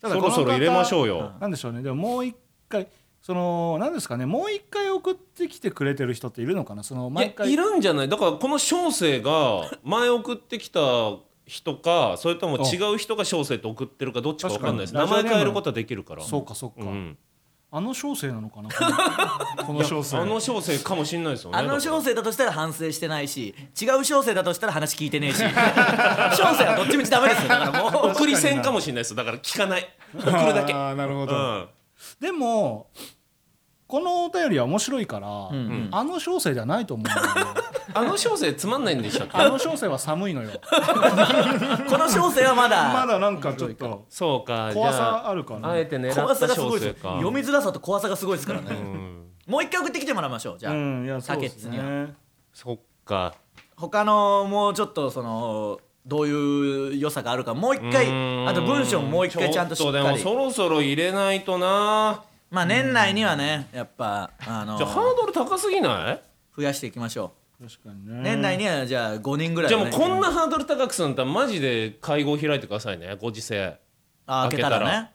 S6: た
S1: そ
S6: だこ
S1: ろ
S6: の
S1: そろ入れましょうよ、
S6: なんでしょうねでももう一回そのなんですかねもう一回送ってきてくれてる人っているのかなその
S1: い
S6: 毎回
S1: やいるんじゃないだからこの小生が前送ってきた人かそれとも違う人が小生と送ってるかどっちか分かんないです名
S6: 確かに
S1: 前変えることはできるから
S6: そうかそう
S1: う
S6: か、
S1: ん、
S6: あの小生なのかな このこの小生
S1: あの小生かもしれないですよね
S3: あの小生だとしたら反省してないし違う小生だとしたら話聞いてねえし 小生はどっちみちダメですよだからもう
S1: 送りせんかもしれないですよだから聞かない送るだけ、
S6: あーなるほ
S1: う
S6: ど、
S1: ん、
S6: でもこのお便りは面白いから、
S3: ん
S6: あの小生ではないと思うんだ よね
S1: あの小生つまんないんでしたっけ
S6: あの小生は寒いのよ
S3: この小生は ま
S6: ま
S3: だ
S6: だなんかちょっと
S1: そうか
S6: 怖
S1: じゃ
S6: さあるか
S1: あ
S6: な
S1: あえて狙
S3: 怖
S1: っ
S3: さ
S1: た
S3: がすご
S1: 小
S3: いで
S1: 生
S3: す
S1: か
S3: 読みづらさと怖さがすごいですからねもう一回送ってきてもらいましょうじゃあ
S6: うんいやそう
S3: 竹
S6: で
S3: っ
S6: す
S3: つには
S6: ね
S1: そっか
S3: 他のもうちょっとそのどういう良さがあるかもう一回
S1: うーん
S3: あと文章ももう一回ちゃんとしっ
S1: ょっ
S3: か
S1: でも
S3: り
S1: そろそろ入れないとな
S3: まあ年内にはねやっぱあの
S1: じゃあハードル高すぎない
S3: 増やしていきましょ
S6: 確か
S3: う
S6: にね
S3: 年内にはじゃあ5人ぐらい
S1: じゃ
S3: は
S1: あも
S3: ね
S1: うこんなハードル高くするんだったらマジで会合開いてくださいねご時世
S3: あ開けたらね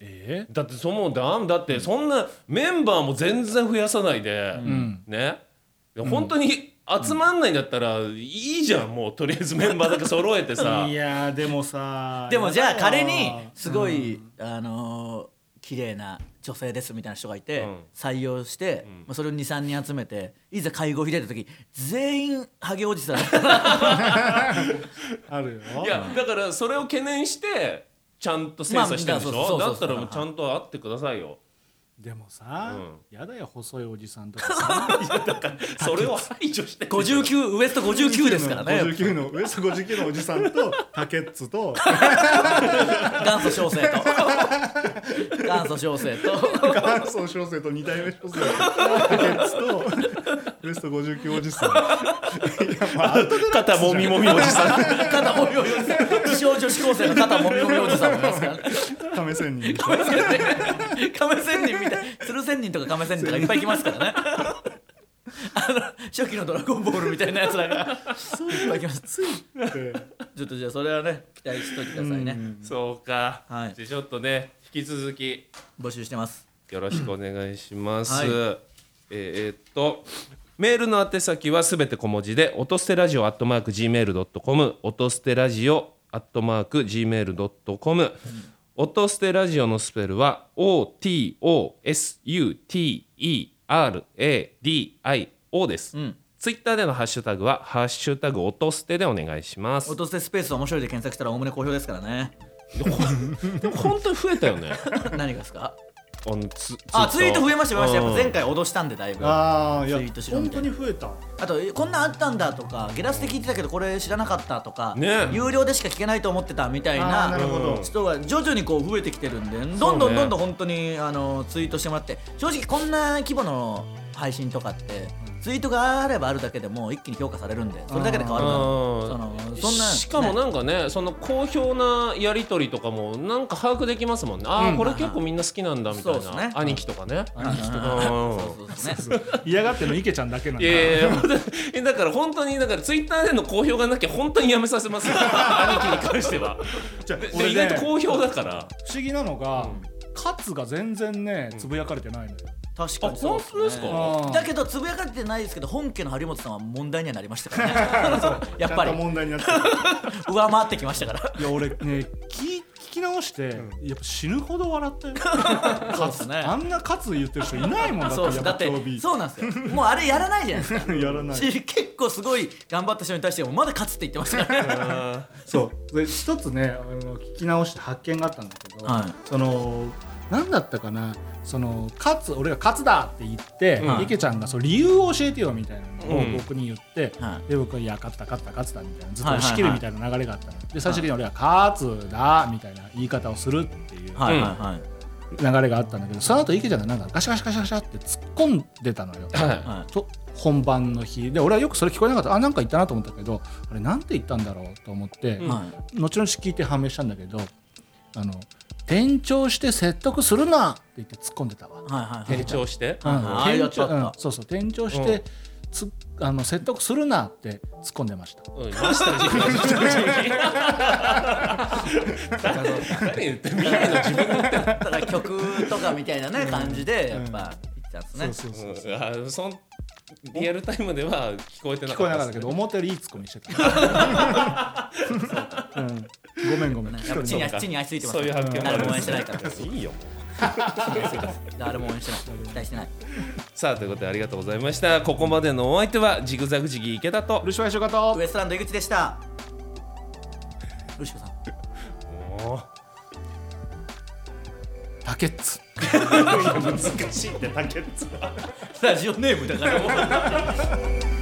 S6: え
S1: だってそのだだってそんなメンバーも全然増やさないで、ね本当に集まんないんだったらいいじゃんもうとりあえずメンバーだけ揃えてさ
S6: ーいやーでもさ
S3: でもじゃあ
S6: やだ
S3: 彼
S6: よ
S3: にすごいあのー綺麗な女性ですみたいな人がいて
S1: うん
S3: 採用してまあそれを23人集めていざ会合開いた時全員ハゲおじさん
S6: あるよ
S1: いやだからそれを懸念してちゃんと精査してるでし
S3: まあそ
S1: ょ
S3: うそう
S1: だ
S3: そ
S1: っ
S3: うそ
S1: た
S3: う
S1: らもうちゃんと会ってくださいよ
S6: でもさ、
S1: う
S6: やだよ細いおじさんとかさ
S1: それを排除して
S3: 59ウエスト59ですからね
S6: 59のウエスト59のおじさんとタケッツと
S3: 元祖小生 と元祖小生と
S6: 元祖小生と二代目小生タケッツとウエスト59おじさんいやまあアウト
S1: 肩もみもみおじさん
S3: 肩もみおじさん自称女子高生の肩もみもみおじさんもいますからね
S6: ド試せんに
S3: 亀仙人 亀仙人みたい鶴仙人とか亀仙人とかいっぱい来ますからねあの初期の「ドラゴンボール」みたいなやつらがいっぱい来ますちょっとじゃあそれはね期待しといてくださいね
S1: そうか、
S3: はい
S1: じゃあちょっとね引き続き
S3: 募集してます
S1: よろしくお願いします。
S3: はい
S1: えーっと。メールの宛先はすべて小文字で、音捨てラジオアットマーク Gmail.com、音捨てラジオアットマーク Gmail.com、音捨てラジオのスペルは OTOSUTERADIO です。
S3: ん
S1: ツイッターでのハッシュタグは、ハッシュタグ音捨てでお願いしま
S3: 「
S1: す。
S3: 音捨てスペース面白い」で検索したらおおむね好評ですからね
S1: でも本当に増えたよ ね。
S3: 何がですか
S1: あのツ
S3: あツイート増えました増えましたやっぱ
S1: うん
S3: 前回脅したんでだいぶ
S6: ああいや
S3: ツイートしろみた
S6: 本
S3: いな
S6: 当に増えた
S3: あとえこんなんあったんだとかゲラスで聞いてたけどこれ知らなかったとか、
S1: ねえ
S3: 有料でしか聞けないと思ってたみたい
S6: あー
S3: な
S6: なるほど
S3: 人が徐々にこう増えてきてるんでどんどんどんどん本当にあのツイートしてもらって正直こんな規模の配信とかってツイートがあればあるだけでもう一気に評価されるんでそれだけで変わるからその
S1: うん
S3: そんな
S1: しかも
S3: ね
S1: なんかねその好評なやり取りとかもなんか把握できますもんねああ、これ結構みんな好きなんだみたい
S3: そう
S1: な、
S3: っすね
S1: 兄貴とかね。
S3: うんそうそうそうね
S6: 嫌がってんの池ちゃんだけなん
S1: い
S6: だ
S1: やいやいや本当にえだから本当にだからツイッターでの好評がなきゃ本当にやめさせますよ兄貴に関しては
S6: じゃあ
S1: で
S6: 俺
S1: 意
S6: ね
S1: 外と好評だから
S6: 不思議なのが、勝が全然ねつぶやかれてないのよ、
S3: 確かにそ
S1: あ
S3: うです、ね、
S1: 本当ですか
S6: うん
S3: だけどつぶやかれてないですけど本家の張本さんは問題にはなりましたからね やっぱ
S6: ちゃんと
S3: り
S6: 問題になってる
S3: 上回ってきましたから
S6: いや俺ね聞聞き直して、やっぱ死ぬほど笑ったよ
S3: そうですね
S6: あんな勝つ言ってる人いないもんだ
S3: そう
S6: っ
S3: です
S6: てや
S3: だ
S6: っ
S3: っ
S6: ぱ
S3: て
S6: 曜日
S3: そうなんですよもうあれやらないじゃない ですか
S6: やらない
S3: し 結構すごい頑張った人に対してもまだ勝つって言ってましたから ね
S6: そうで一つねあの聞き直して発見があったんだけど、
S3: はい
S6: その何だったかなその勝つ俺が勝つだって言って、
S3: はい
S6: 池ちゃんがその理由を教えてよみたいなの
S1: うん
S6: を僕に言って、
S3: はい
S6: で僕が「いや勝った勝った勝った」みたいなずっと
S3: はいはいはい
S6: 押し切るみたいな流れがあったの、で最終的に俺は「勝つだ」みたいな言い方をするっていう
S3: はいはいはい
S6: 流れがあったんだけど、その後池ちゃんがなんかガシャガシャガシャガシャって突っ込んでたのよ。
S1: は
S3: はい
S6: と本番の日で俺はよくそれ聞こえなかったあなんか言ったなと思ったけどあれなんて言ったんだろうと思って、
S1: うん
S3: はい
S6: 後々聞いて判明したんだけどあの転調して説得するなって言って突っ込んでたわ。
S3: はいはい
S1: い転調して
S6: うん
S3: あー
S6: 転
S3: やっ
S6: 調
S3: た
S6: う
S3: や
S6: ん
S3: っ、た
S6: そうそう転調してつ、あの説得するなって突っ込んでました。
S1: うんマスター自分の自分何言ってんの未来の自分の
S3: だから曲とかみたいなね感じでやっぱ言ってたんですね、
S6: そうそう
S1: うんあーそんリアルタイムでは聞こえてな
S6: 聞
S1: かっ
S6: こえな
S1: た
S6: かっ
S1: です
S6: たけ
S1: ね
S6: ど思ったよりいい突っ込みしてた。 うん、ごめんごめん。
S3: やっぱ地に足地に足ついてます
S1: そういう発見もあ
S3: 誰
S1: るんで
S3: も応援し
S1: す
S3: て
S1: ね
S3: ないから
S1: いいよ
S3: 誰も応援してない期待してない
S1: さあということでありがとうございましたここまでのお相手はジグザグジギ池田と
S6: ルシファーしよかと
S3: ウエストランド井口でしたルシコさん
S6: タケッツ。
S3: ラジオネームだからもう